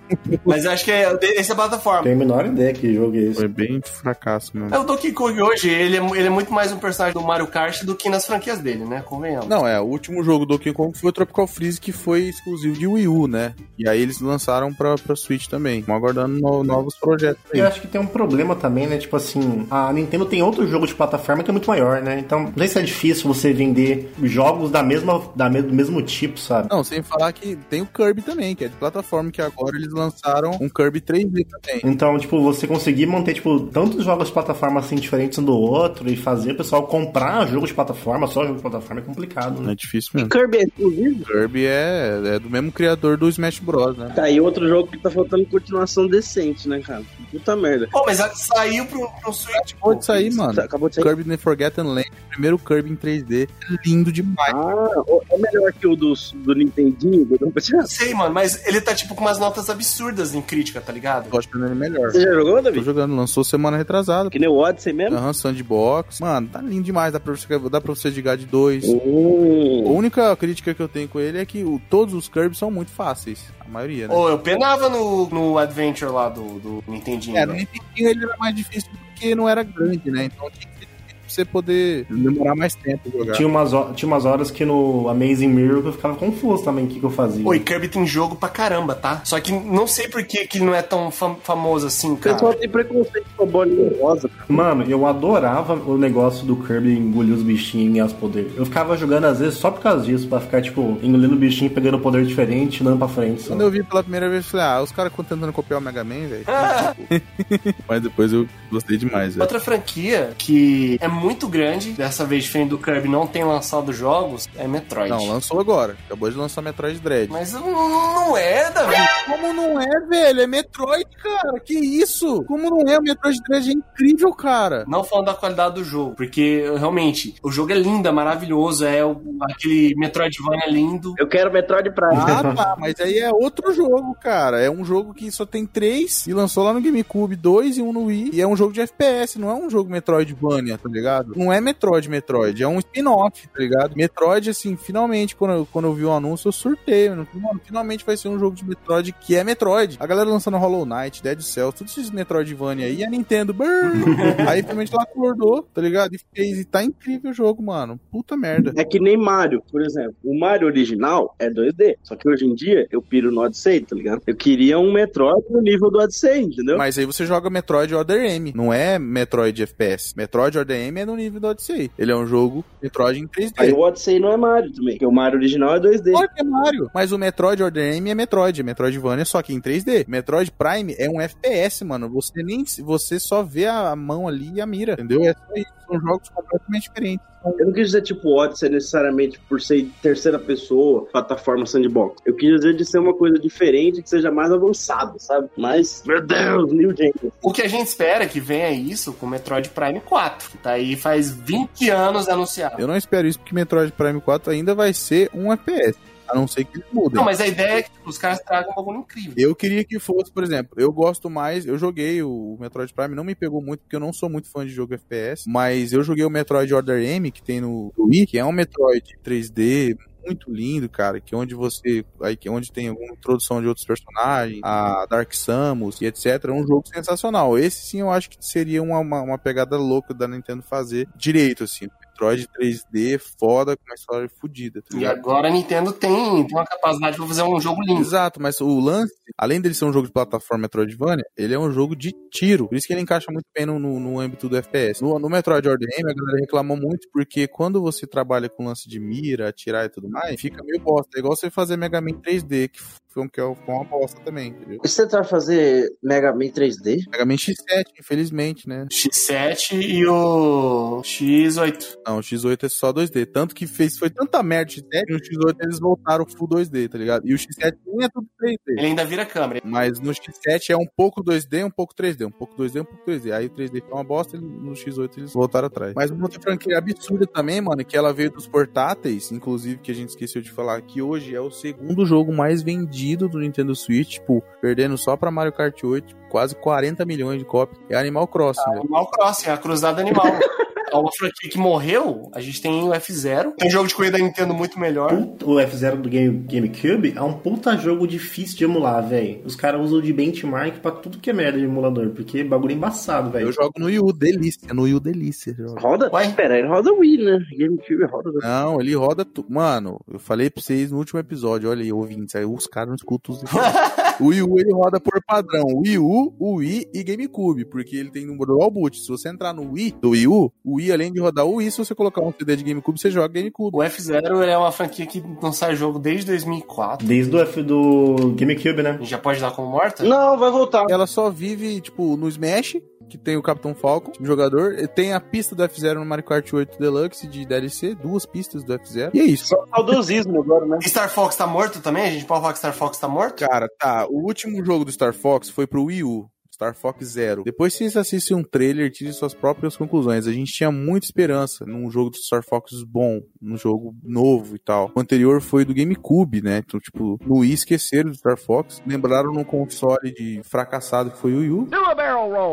A: Mas eu acho que é, esse é a plataforma.
B: Tenho a menor ideia que jogo é esse.
D: Foi bem fracasso mesmo.
A: É, o Donkey Kong hoje, ele é, ele é muito mais um personagem do Mario Kart do que nas franquias dele, né? Convenhamos.
D: Não, é, o último jogo do Donkey Kong foi o Tropical Freeze, que foi exclusivo de Wii U, né? E aí eles lançaram pra, pra Switch também. Estão aguardando no- novos projetos
B: Eu
D: aí.
B: acho que tem um problema também, né? Tipo assim, a Nintendo tem outro jogo de plataforma que é muito maior, né? Então, não sei se é difícil você vender jogos da mesma, da me- do mesmo tipo, sabe?
D: Não, sem falar que tem o Kirby também, que é de plataforma, que agora eles lançaram um Kirby 3D também.
B: Então, tipo, você conseguir manter, tipo, tantos jogos de plataforma assim diferentes um do outro e fazer o pessoal comprar jogo de plataforma, só jogo de plataforma é complicado, né?
D: É difícil
C: E
D: mesmo.
C: Kirby é exclusivo?
D: Kirby é, é do mesmo criador do Smash Bros, né?
C: Tá aí outro jogo que tá faltando continuação decente, né, cara? Puta merda.
A: Pô, mas a- saiu pro, pro Switch. pô.
D: Pode sair, mano.
C: Tá, acabou de sair.
D: Kirby The Forgotten Land, primeiro Kirby em 3D, lindo demais.
C: Ah, o- é melhor que o do, do Nintendinho? do-
A: Não sei, mano, mas ele tá tipo com umas notas absurdas em crítica, tá ligado?
D: Tô achando ele melhor.
C: Você já jogou,
D: Tô
C: David?
D: jogando, lançou semana retrasada.
C: Que nem o Odyssey mesmo?
D: Aham, Sandbox. Mano, tá lindo demais. Dá pra você, dá pra você jogar de dois. A
C: Hum.
D: única crítica que eu tenho com ele é que o- todos os Kirby são muito fáceis. A maioria, né?
A: Ou eu penava no, no Adventure lá do, do Nintendinho.
D: É, no
A: velho.
D: Nintendinho ele era mais difícil porque não era grande, né? Então tinha que ser difícil pra você poder demorar mais tempo jogar.
B: Tinha umas, ho- tinha umas horas que no Amazing Miracle eu ficava confuso também o que, que eu fazia.
A: Pô, e Kirby tem jogo pra caramba, tá? Só que não sei por que, que ele não é tão fam- famoso assim,
C: O
A: cara.
C: pessoal tem preconceito com a bolinha rosa, cara.
B: Mano, eu adorava o negócio do Kirby engolir os bichinhos e ganhar os poderes. Eu ficava jogando às vezes só por causa disso, pra ficar, tipo, engolindo o bichinho, pegando poder diferente, andando pra frente.
D: Quando
B: sabe?
D: eu vi pela primeira vez, eu falei, ah, os caras tentando copiar o Mega Man, velho. [laughs] Mas depois eu gostei demais, velho.
A: Outra franquia que é muito grande, dessa vez diferente do Kirby, não tem lançado jogos, é Metroid.
D: Não, lançou agora. Acabou de lançar Metroid Dread.
A: Mas não, não é, Davi.
D: Como não é, velho? É Metroid, cara. Que isso? Como não é? O Metroid Dread é incrível, cara.
A: Não falando da qualidade do jogo, porque realmente o jogo é lindo, é maravilhoso, é o- aquele Metroidvania lindo.
C: Eu quero Metroid Prime.
D: Ah, tá, mas aí é outro jogo, cara. É um jogo que só tem três e lançou lá no GameCube, dois e um no Wii. E é um jogo de FPS, não é um jogo Metroidvania, tá ligado? Não é Metroid, Metroid, é um spin-off, tá ligado? Metroid, assim, finalmente, quando eu, quando eu vi o anúncio, eu surtei. Mano, Mano, finalmente vai ser um jogo de Metroid que é Metroid. A galera lançando Hollow Knight, Dead Cells, todos esses Metroidvania aí, e a Nintendo, brrr, aí finalmente ela acordou, tá ligado? E fez, e tá incrível o jogo, mano. Puta merda.
C: É que nem Mario, por exemplo. O Mario original é 2D. Só que hoje em dia eu piro no Odyssey, tá ligado? Eu queria um Metroid no nível do Odyssey, entendeu?
D: Mas aí você joga Metroid Order M. Não é Metroid FPS. Metroid Order M é é no nível do Odyssey. Ele é um jogo Metroid em 3D.
C: Aí o Odyssey não é Mario também, porque o Mario original é 2D.
D: Claro que é Mario. Mas o Metroid Order M é Metroid. Metroidvania só que em 3D. Metroid Prime é um FPS, mano. Você nem você só vê a mão ali e a mira, entendeu? É só isso. São jogos completamente diferentes.
C: Eu não quis dizer tipo Odyssey necessariamente por ser terceira pessoa, plataforma sandbox. Eu quis dizer de ser uma coisa diferente que seja mais avançado, sabe? Mas, meu Deus, New James.
A: O que a gente espera que venha é isso com Metroid Prime 4, que tá aí faz 20 anos anunciado.
D: Eu não espero isso porque Metroid Prime 4 ainda vai ser um FPS. A não ser que ele mude.
A: Não, mas a ideia é que os caras tragam um bagulho incrível.
D: Eu queria que fosse, por exemplo, eu gosto mais, eu joguei o Metroid Prime, não me pegou muito, porque eu não sou muito fã de jogo FPS, mas eu joguei o Metroid Order M, que tem no Wii, que é um Metroid 3D muito lindo, cara, que é onde você aí que é onde tem alguma introdução de outros personagens, a Dark Samus e etc, é um jogo sensacional. Esse sim eu acho que seria uma, uma, uma pegada louca da Nintendo fazer direito assim. Metroid 3D foda com uma história fodida. tá
A: E
D: ligado?
A: agora a Nintendo tem, tem uma capacidade pra fazer um jogo lindo.
D: Exato, mas o lance, além dele ser um jogo de plataforma Metroidvania, ele é um jogo de tiro. Por isso que ele encaixa muito bem no, no, no âmbito do FPS. No, no Metroid Order M, a galera reclamou muito porque quando você trabalha com lance de mira, atirar e tudo mais, fica meio bosta. É igual você fazer Mega Man 3D, que foi um que é uma bosta também, entendeu?
C: Eles tentaram tá fazer Mega Man 3D?
D: Mega Man X7, infelizmente, né?
A: X7 e o X8.
D: Não, o X8 é só 2D. Tanto que fez, foi tanta merda o X7, e o X8 eles voltaram full 2D, tá ligado? E o X7 nem é tudo 3D.
A: Ele ainda vira câmera.
D: Mas no X7 é um pouco 2D, um pouco 3D, um pouco 2D, um pouco 3D. Aí o 3D foi uma bosta, ele- no X8 eles voltaram atrás. Mas uma outra franquia absurda também, mano, que ela veio dos portáteis, inclusive que a gente esqueceu de falar, que hoje é o segundo jogo mais vendido do Nintendo Switch, tipo, perdendo só pra Mario Kart 8, quase 40 milhões de cópias. É Animal Crossing, velho.
A: um Animal Crossing, a cruzada animal. A uma franquia que morreu, a gente tem o F0. Tem um jogo de corrida da Nintendo muito melhor.
B: Puta, o F0 do Game, GameCube é um puta jogo difícil de emular, velho. Os caras usam de benchmark pra tudo que é merda de emulador, porque bagulho é embaçado,
D: Eu
B: velho.
D: jogo no Wii U, delícia, no Wii U, delícia. eu jogo.
C: Roda?
A: Ué?
C: Pera, ele roda Wii, né? GameCube roda.
D: Não, ele roda. Tu... Mano, eu falei pra vocês no último episódio, olha aí, ouvintes, aí os caras não escutam os. o Wii U ele roda por padrão: Wii U, Wii e GameCube, porque ele tem número dual boot. Se você entrar no Wii do Wii U, o Wii, além de rodar o Wii, se você colocar um CD de GameCube, você joga GameCube.
A: O F0 é uma franquia que não sai jogo desde 2004.
B: Desde o F do GameCube, né?
A: A gente já pode dar como morta?
C: Não, vai voltar.
D: Ela só vive, tipo, no Smash, que tem o Capitão Falcon, time jogador. Tem a pista do F0 no Mario Kart 8 Deluxe de DLC, duas pistas do F0. E é isso.
C: Só saudosismo agora, né?
A: Star Fox tá morto também? A gente pode falar que Star Fox tá morto?
D: Cara, tá. O último jogo do Star Fox foi pro Wii U. Star Fox Zero. Depois vocês assistem um trailer, tirem suas próprias conclusões. A gente tinha muita esperança num jogo do Star Fox bom, num jogo novo e tal. O anterior foi do GameCube, né? Então, tipo, no Wii esqueceram do Star Fox, lembraram num console de fracassado que foi o Wii U.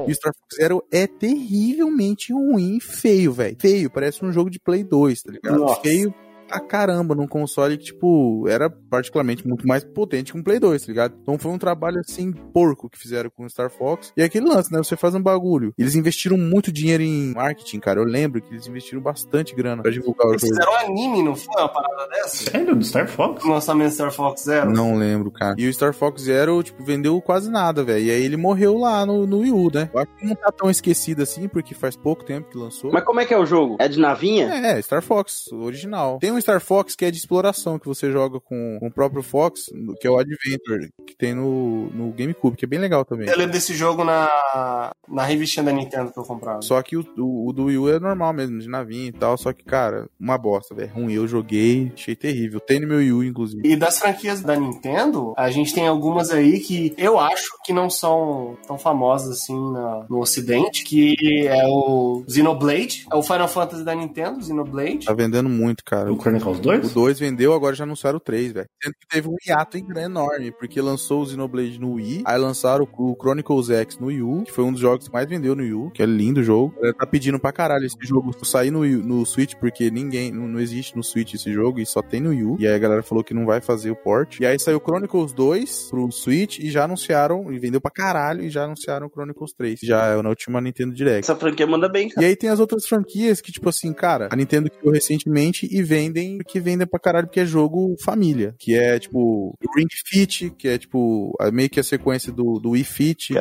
D: E o Star Fox Zero é terrivelmente ruim e feio, velho. Feio, parece um jogo de Play 2, tá ligado?
C: Nossa.
D: Feio a caramba num console que, tipo, era particularmente muito mais potente que um Play 2, tá ligado? Então foi um trabalho, assim, porco que fizeram com o Star Fox. E é aquele lance, né? Você faz um bagulho. Eles investiram muito dinheiro em marketing, cara. Eu lembro que eles investiram bastante grana pra divulgar o
A: Eles
D: jogo.
A: fizeram um anime, não foi uma parada dessa?
B: Sério, do Star Fox?
A: No lançamento do Star Fox Zero?
D: Não lembro, cara. E o Star Fox Zero, tipo, vendeu quase nada, velho. E aí ele morreu lá no, no Wii U, né? Eu acho que não tá tão esquecido assim, porque faz pouco tempo que lançou.
C: Mas como é que é o jogo? É de navinha?
D: É, Star Fox, o original. Tem um Star Fox que é de exploração, que você joga com, com o próprio Fox, que é o Adventure, que tem no, no GameCube, que é bem legal também.
A: Eu lembro desse jogo na, na revistinha da Nintendo que eu comprava.
D: Só que o, o, o do Wii U é normal mesmo, de navinha e tal. Só que, cara, uma bosta, velho. É Ruim. Eu joguei, achei terrível. Tem no meu Wii U, inclusive.
A: E das franquias da Nintendo, a gente tem algumas aí que eu acho que não são tão famosas assim na- no ocidente, que é o Xenoblade, é o Final Fantasy da Nintendo, Xenoblade.
D: Tá vendendo muito, cara.
B: O Chronicles
D: O
B: 2?
D: 2 vendeu, agora já anunciaram o 3, velho. Sendo que teve um hiato en- enorme, porque lançou o Xenoblade no Wii, aí lançaram o Chronicles X no Wii U, que foi um dos jogos que mais vendeu no Wii U, que é lindo o jojogo. Ela tá pedindo pra caralho esse jogo sair no, Wii- no Switch, porque ninguém, não, não existe no Switch esse jogo, e só tem no Wii U. E aí a galera falou que não vai fazer o port. E aí saiu o Chronicles 2 pro Switch, e já anunciaram, e vendeu pra caralho, e já anunciaram o Chronicles 3. Já é na última Nintendo Direct.
C: Essa franquia manda bem, cara.
D: E aí tem as outras franquias que, tipo assim, cara, a Nintendo criou recentemente e vendem vendem, que vendem pra caralho, porque é jogo família. Que é tipo Ring Fit, que é tipo a- meio que a sequência do, do Wii Fit.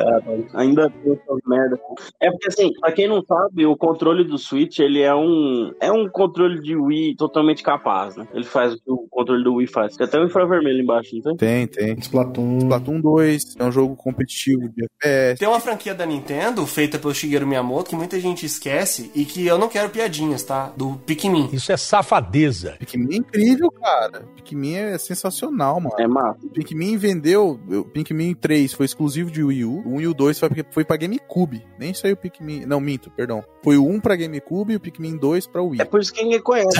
C: Ainda tem essas merda. É porque assim, pra quem não sabe, o controle do Switch, ele é um é um controle de Wii totalmente capaz, né? Ele faz o que o controle do Wii faz. Tem até o infravermelho embaixo, não tem?
D: Tem, tem.
B: Splatoon.
D: Splatoon 2 é um jogo competitivo de FPS.
A: Tem uma franquia da Nintendo feita pelo Shigeru Miyamoto que muita gente esquece e que eu não quero piadinhas, tá? Do Pikmin.
H: Isso é safadeza.
D: Pikmin é incrível, cara. Pikmin é sensacional, mano.
C: É massa.
D: Pikmin vendeu. eu- Pikmin 3 foi exclusivo de Wii U. O 1 e o 2 foi, foi pra GameCube. Nem saiu o Pikmin. Não, minto, perdão. Foi o 1 pra GameCube e o Pikmin 2 pra Wii.
C: É por isso que ninguém
D: [laughs]
C: conhece.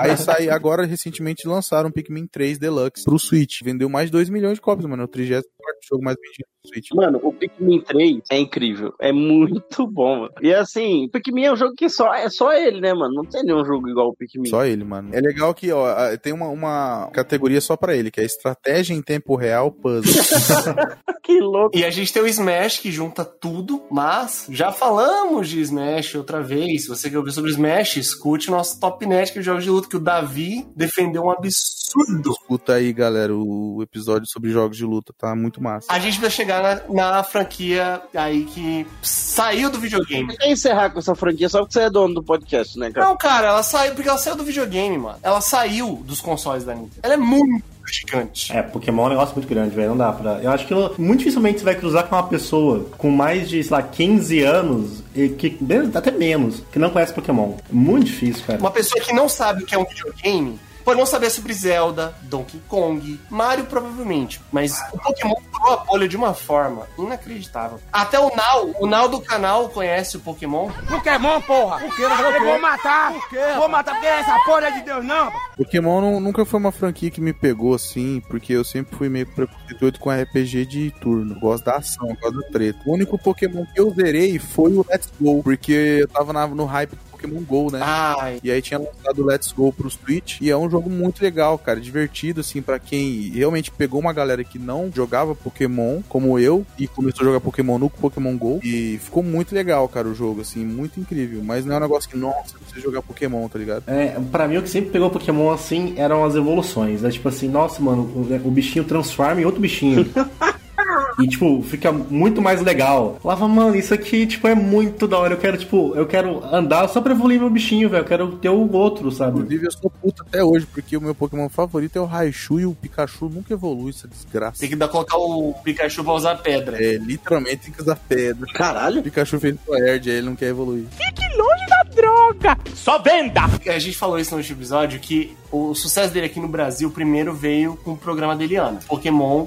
D: Aí sai, agora recentemente lançaram o Pikmin 3 Deluxe pro Switch. Vendeu mais de 2 milhões de cópias, mano. É o 34 jogo mais vendido do Switch.
C: Mano, o Pikmin 3 é incrível. É muito bom, mano. E assim, Pikmin é um jogo que só é só ele, né, mano? Não tem nenhum jogo igual o Pikmin.
D: Só ele, mano. É legal que, ó, a- tem uma, uma categoria só pra ele, que é Estratégia em Tempo Real Puzzle.
C: Que louco.
A: E a gente tem o Smash que junta tudo, mas já falamos de Smash outra vez. Se você quer ouvir sobre Smash, escute o nosso Top Net que é jogos de luta que o Davi defendeu um absurdo.
D: Escuta aí, galera, o episódio sobre jogos de luta. Tá muito massa.
A: A gente vai chegar na, na franquia aí que saiu do videogame.
C: Quer encerrar com essa franquia só porque você é dono do podcast, né, cara?
A: Não, cara, ela saiu porque ela saiu do videogame, mano. Ela saiu dos consoles da Nintendo. Ela é muito gigante.
B: É, Pokémon é um negócio muito grande, velho. Não dá pra. Eu acho que eu- muito dificilmente você vai cruzar com uma pessoa com mais de, sei lá, 15 anos, e que. até menos, que não conhece Pokémon. Muito difícil, cara.
A: Uma pessoa que não sabe o que é um videogame pode não saber sobre Zelda, Donkey Kong, Mario provavelmente, mas o Pokémon furou a bolha de uma forma inacreditável. Até o Nau, o Nau do canal conhece o Pokémon.
E: Pokémon, porra! Por que Eu vou matar! Por né? quê? Vou matar porque essa porra é de Deus, não!
D: Pokémon não- nunca foi uma franquia que me pegou assim, porque eu sempre fui meio preconceituoso com RPG de turno. Gosto da ação, gosto da treta. O único Pokémon que eu zerei foi o Let's Go, porque eu tava na- no hype do Pokémon Go, né?
A: Ai,
D: E aí tinha lançado o Let's Go pro Switch. E é um jogo muito legal, cara. Divertido, assim, pra quem realmente pegou uma galera que não jogava Pokémon, como eu, e começou a jogar Pokémon no Pokémon GO. E ficou muito legal, cara, o jogo, assim, muito incrível. Mas não é um negócio que, nossa, precisa jogar Pokémon, tá ligado?
B: É, pra mim, o que sempre pegou Pokémon assim eram as evoluções. É tipo assim, nossa, mano, o, o bichinho transforma em outro bichinho. E, tipo, fica muito mais legal. Lava, mano, isso aqui, tipo, é muito da hora. Eu quero, tipo, eu quero andar só pra evoluir meu bichinho, velho. Eu quero ter o outro, sabe?
D: Inclusive, eu sou puto até hoje, porque o meu Pokémon favorito é o Raichu e o Pikachu nunca evolui, essa desgraça.
A: tem que dar colocar o Pikachu pra usar pedra.
D: É, literalmente tem que usar pedra.
C: Caralho.
D: O Pikachu fez pro Erd, aí ele não quer evoluir.
H: Só venda!
A: A gente falou isso no último episódio que o sucesso dele aqui no Brasil primeiro veio com o programa dele Ana, Pokémon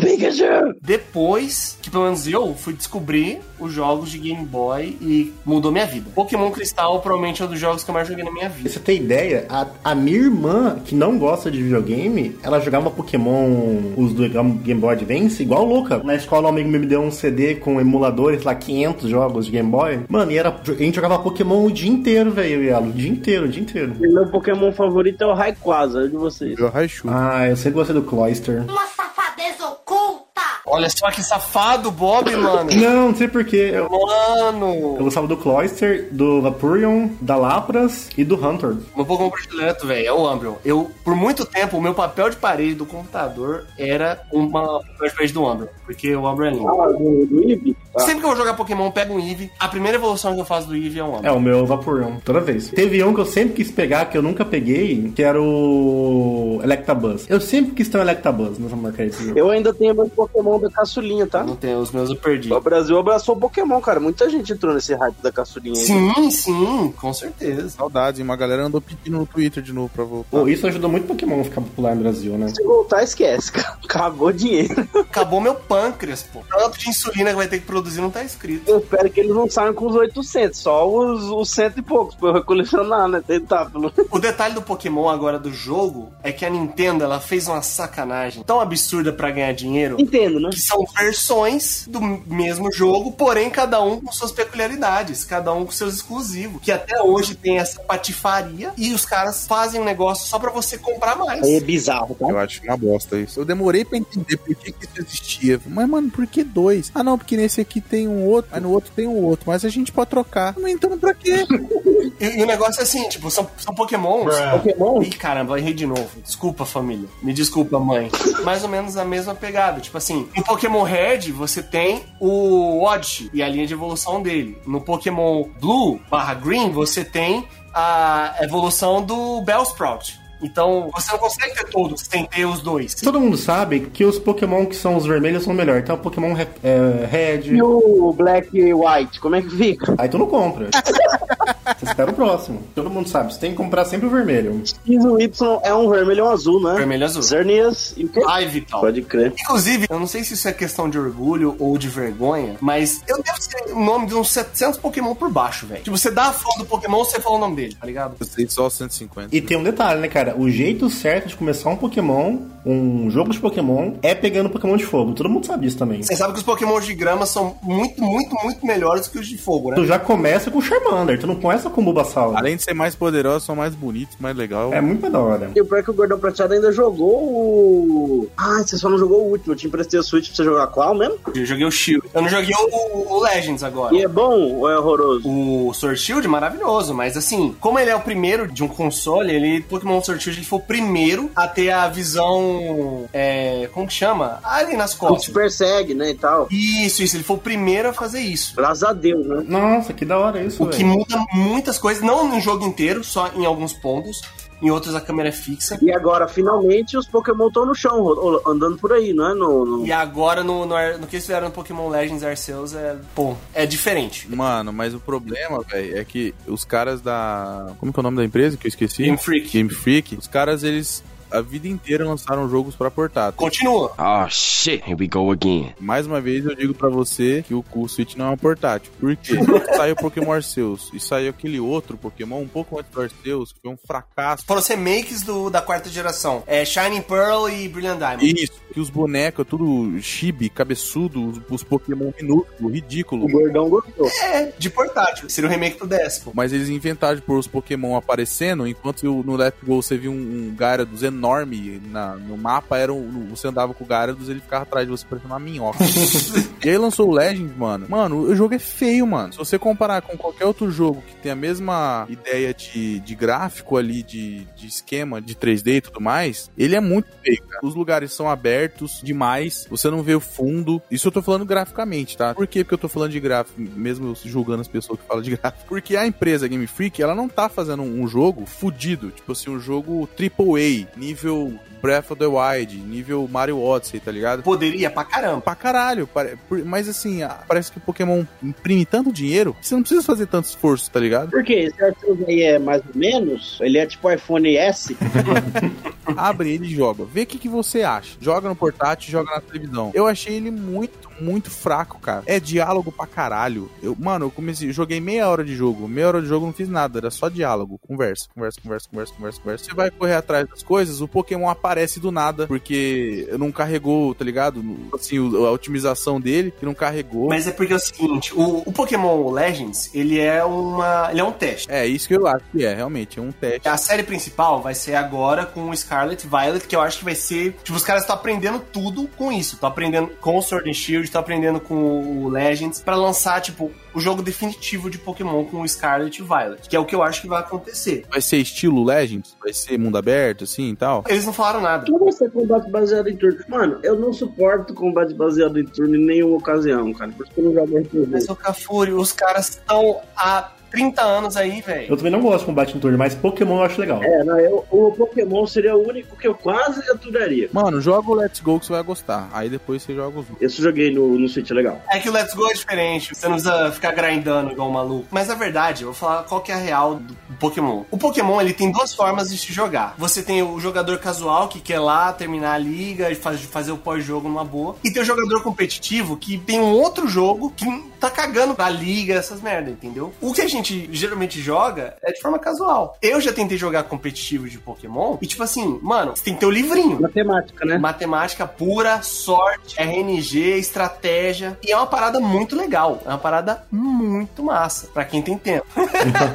C: Pikachu!
A: Depois que, pelo menos eu, fui descobrir os jogos de Game Boy e mudou minha vida. Pokémon Cristal provavelmente é um dos jogos que eu mais joguei na minha
B: Pra
A: vida.
B: você ter ideia, a, a minha irmã, que não gosta de videogame, ela jogava Pokémon, os do Game Boy Advance, igual louca. Na escola, um amigo meu me deu um CD com emuladores, lá 500 jogos de Game Boy. Mano, e era, a gente jogava Pokémon o dia inteiro, velho, eu e ela. O dia inteiro, o dia inteiro.
C: Meu Pokémon favorito é o Rayquaza, é o de vocês.
D: É o Raichu.
B: Ah, eu sempre gostei do Cloyster.
G: Uma safadeza oculta!
A: Olha só que safado, Bob, mano.
B: Não, não sei porquê. Eu, eu
A: Mano!
B: gostava do Cloyster, do Vaporeon, da Lapras e do Hunter.
A: Meu Pokémon predileto, velho, é o Umbreon. Eu, por muito tempo, o meu papel de parede do computador era uma papel de parede do Umbreon. Porque o Umbreon é lindo.
C: Ah, do, do Eevee? Ah.
A: Sempre que eu vou jogar Pokémon, eu pego um Eevee. A primeira evolução que eu faço do Eevee é um
B: É
A: Umbreon.
B: o meu Vaporeon, toda vez. Teve um que eu sempre quis pegar, que eu nunca peguei, que era o Electabuzz. Eu sempre quis ter um Electabuzz nessa marca aí. desse jogo.
C: Eu ainda tenho meu Pokémon da caçulinha, tá?
A: Não tem, os meus eu perdi.
C: O Brasil abraçou o Pokémon, cara. Muita gente entrou nesse hype da caçulinha aí.
A: Sim, sim, com certeza.
D: Saudades, hein? Uma galera andou pedindo no Twitter de novo pra voltar.
B: Pô, isso ajudou muito Pokémon a ficar popular no Brasil, né?
C: Se voltar, esquece, cara. [laughs] Acabou o dinheiro.
A: Acabou meu pâncreas, pô. Tanto de insulina que vai ter que produzir não tá escrito.
C: [laughs] Eu espero que eles não saiam com os 800, só os, os cento e poucos, pra eu recolecionar, né? Tentar, pelo
A: O detalhe do Pokémon agora do jogo é que a Nintendo ela fez uma sacanagem tão absurda pra ganhar dinheiro
C: Entendo, né? né?
A: que são versões do mesmo jogo, porém cada um com suas peculiaridades, cada um com seus exclusivos, que até hoje tem essa patifaria e os caras fazem um negócio só pra você comprar mais.
H: Aí é bizarro, tá?
D: Eu acho uma bosta isso. Eu demorei pra entender por que, que isso existia. Mas, mano, por que dois? Ah, não, porque nesse aqui tem um outro, mas no outro tem um outro. Mas a gente pode trocar. Mas então pra quê?
A: E, e o negócio é assim, tipo, são, são pokémons.
H: Pokémon?
A: Ih, caramba, errei de novo. Desculpa, família. Me desculpa, mãe. Mais ou menos a mesma pegada. Tipo assim, no Pokémon Red, você tem o Odyssey e a linha de evolução dele. No Pokémon Blue barra Green, você tem a evolução do Bellsprout. Então, você não consegue ter todos sem ter os dois.
B: Todo mundo sabe que os Pokémon que são os vermelhos são melhor. Então, o Pokémon re- é, Red.
H: E o Black e White, como é que fica?
B: Aí tu não compra. [laughs] Você espera o próximo. Todo mundo sabe, você tem que comprar sempre o vermelho.
H: X o Y é um vermelho e um azul, né?
A: Vermelho e azul.
H: Xerneas e o
C: Ah,
H: quê?
A: Ai, Vital.
H: Pode crer.
A: Inclusive, eu não sei se isso é questão de orgulho ou de vergonha, mas eu devo ter o nome de uns 700 Pokémon por baixo, velho. Tipo, você dá a foto do Pokémon, você fala o nome dele, tá ligado?
D: Eu sei só 150.
B: E tem um detalhe, né, cara? O jeito certo de começar um Pokémon, um jogo de Pokémon, é pegando Pokémon de fogo. Todo mundo sabe disso também.
A: Você sabe que os Pokémon de grama são muito, muito, muito melhores que os de fogo, né?
B: Tu já começa com o Charmander, tu não começa com o Bulbasaur. né?
D: Além de ser mais poderosos, são mais bonitos, mais legal.
B: É muito mais da hora.
H: E o pior é que o Gordão Prateado ainda jogou o. Ah, você só não jogou o último. Eu te emprestei a Switch pra você jogar qual mesmo?
A: Eu joguei o Shield. Eu não joguei o, o Legends agora.
H: E é bom ou é horroroso?
A: O Sword Shield é maravilhoso, mas assim, como ele é o primeiro de um console, ele, Pokémon Sword Shield, ele foi o primeiro a ter a visão. É, como que chama? Ali nas
H: O
A: costas.
H: te persegue, né? E tal.
A: Isso, isso, ele foi o primeiro a fazer isso.
H: Graças a Deus, né?
B: Nossa, que da hora isso,
A: O que
B: velho.
A: muda muitas coisas, não no jogo inteiro, só em alguns pontos. Em outros a câmera é fixa.
H: E agora, finalmente, os Pokémon estão no chão, ro- ro- andando por aí, não é? No, no-
A: E agora no, no, Ar- no que eles fizeram no Pokémon Legends Arceus é. Pô, é diferente.
D: Mano, mas o problema, velho, é que os caras da. Como que é o nome da empresa que eu esqueci?
A: Game Freak.
D: Game Freak. Os caras, eles. A vida inteira lançaram jogos pra portátil.
A: Continua.
I: Oh shit, here we go again.
D: Mais uma vez eu digo pra você que o, o Switch não é um portátil. Por quê? [laughs] saiu o Pokémon Arceus e saiu aquele outro Pokémon um pouco antes do Arceus, que foi um fracasso.
A: Foram os remakes do, da quarta geração. É Shining Pearl e Brilliant Diamond.
D: Isso, que os bonecos, tudo chibi, cabeçudo, os, os Pokémon minúsculo, ridículo.
H: O Gordão gostou.
A: É, de portátil. Seria o remake pro DS, pô.
D: Mas eles inventaram de pôr os Pokémon aparecendo, enquanto o- no Let's Go você viu um, um Gyarados enorme na- no mapa, era um- você andava com o Gyarados ele ficava atrás de você parecendo uma minhoca. e aí lançou o Legends, mano. Mano, o jogo é feio, mano. Se você comparar com qualquer outro jogo que tem a mesma ideia de, de gráfico ali, de, de esquema, de 3D e tudo mais, ele é muito feio, cara. Os lugares são abertos demais, você não vê o fundo. Isso eu tô falando graficamente, tá? Por que, que eu tô falando de gráfico, mesmo eu julgando as pessoas que falam de [laughs] gráfico? Porque a empresa Game Freak, ela não tá fazendo um jogo fudido, tipo assim, um jogo AAA, nível Breath of the Wild, nível Mario Odyssey, tá ligado?
A: Poderia pra caramba.
D: Pra caralho, pare- por- mas assim, ah, parece que o Pokémon imprime tanto dinheiro que você não precisa fazer tanto esforço, tá ligado?
H: Por quê? Esse Arceus aí é mais ou menos? Ele é tipo iPhone [laughs] S?
D: abre ele e joga. Vê o que, que você acha. Joga no portátil, joga na televisão. Eu achei ele muito, muito fraco, cara. É diálogo pra caralho. Eu, mano, eu comecei, eu joguei meia hora de jogo. Meia hora de jogo eu não fiz nada, era só diálogo. Conversa, conversa, conversa, conversa, conversa, conversa. Você vai correr atrás das coisas, o Pokémon aparece do nada, porque não carregou, tá ligado? Assim, o- a otimização dele, que não carregou.
A: Mas é porque é o seguinte, o, o Pokémon Legends, ele é uma. ele é um teste.
D: É, isso que eu acho que é, realmente, é um teste.
A: A série principal vai ser agora com o Scarlet Violet, que eu acho que vai ser. Tipo, os caras estão aprendendo tudo com isso. Estão aprendendo com o Sword and Shield, estão aprendendo com o Legends, pra lançar, tipo, o jogo definitivo de Pokémon com o Scarlet e Violet, que é o que eu acho que vai acontecer.
D: Vai ser estilo Legends? Vai ser mundo aberto, assim e tal?
A: Eles não falaram nada.
H: Tudo isso é combate baseado em turno. Mano, eu não suporto combate baseado em turno em nenhuma ocasião, cara. Por isso que eu não jogo RPG.
A: Mas, ô Cafuri, os caras estão há 30 anos aí, velho.
B: Eu também não gosto de combate em turno, mas Pokémon eu acho legal.
H: É, não, eu, o Pokémon seria o único que eu quase aturaria.
D: Mano, joga o Let's Go que você vai gostar. Aí depois você joga
C: [laughs]
D: os outros.
H: Esse eu joguei no, no Switch, é legal.
A: É que o Let's Go é diferente, você não precisa ficar grindando igual um maluco. Mas na verdade, eu vou falar qual que é a real do Pokémon. O Pokémon, ele tem duas formas de se jogar. Você tem o jogador casual, que quer lá terminar a liga e faz- fazer o pós-jogo numa boa. E tem o jogador competitivo, que tem um outro jogo que tá cagando pra liga, essas merda, entendeu? O que a gente geralmente joga é de forma casual. Eu já tentei jogar competitivo de Pokémon e, tipo assim, mano, você tem que ter o livrinho.
H: Matemática, né?
A: Matemática pura, sorte, RNG, estratégia. E é uma parada muito legal. É uma parada muito massa. Pra quem tem tempo.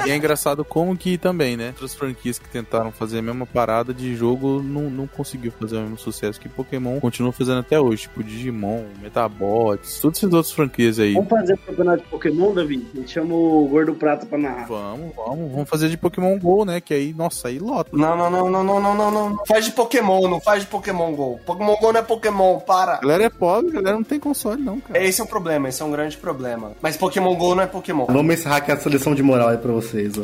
D: E é engraçado como que também, né? Outras franquias que tentaram fazer a mesma parada de jogo não, não conseguiu fazer o mesmo sucesso que Pokémon continua fazendo até hoje. Tipo Digimon, Metabots, todas essas outras franquias aí.
H: Vamos fazer o campeonato de Pokémon, Davi? A gente chama o Gordo Prata pra narrar.
D: Vamos, vamos, vamos fazer de Pokémon GO, né? Que aí, nossa, aí lota.
A: Não, não, não, não, não, não, não, não. Faz de Pokémon, não faz de Pokémon GO. Pokémon GO não é Pokémon, para.
D: A galera é pobre, a galera não tem console, não, cara.
A: Esse é um problema, esse é um grande problema. Mas Pokémon GO não é Pokémon.
B: Vamos encerrar aqui a seleção de moral aí pra vocês, ó.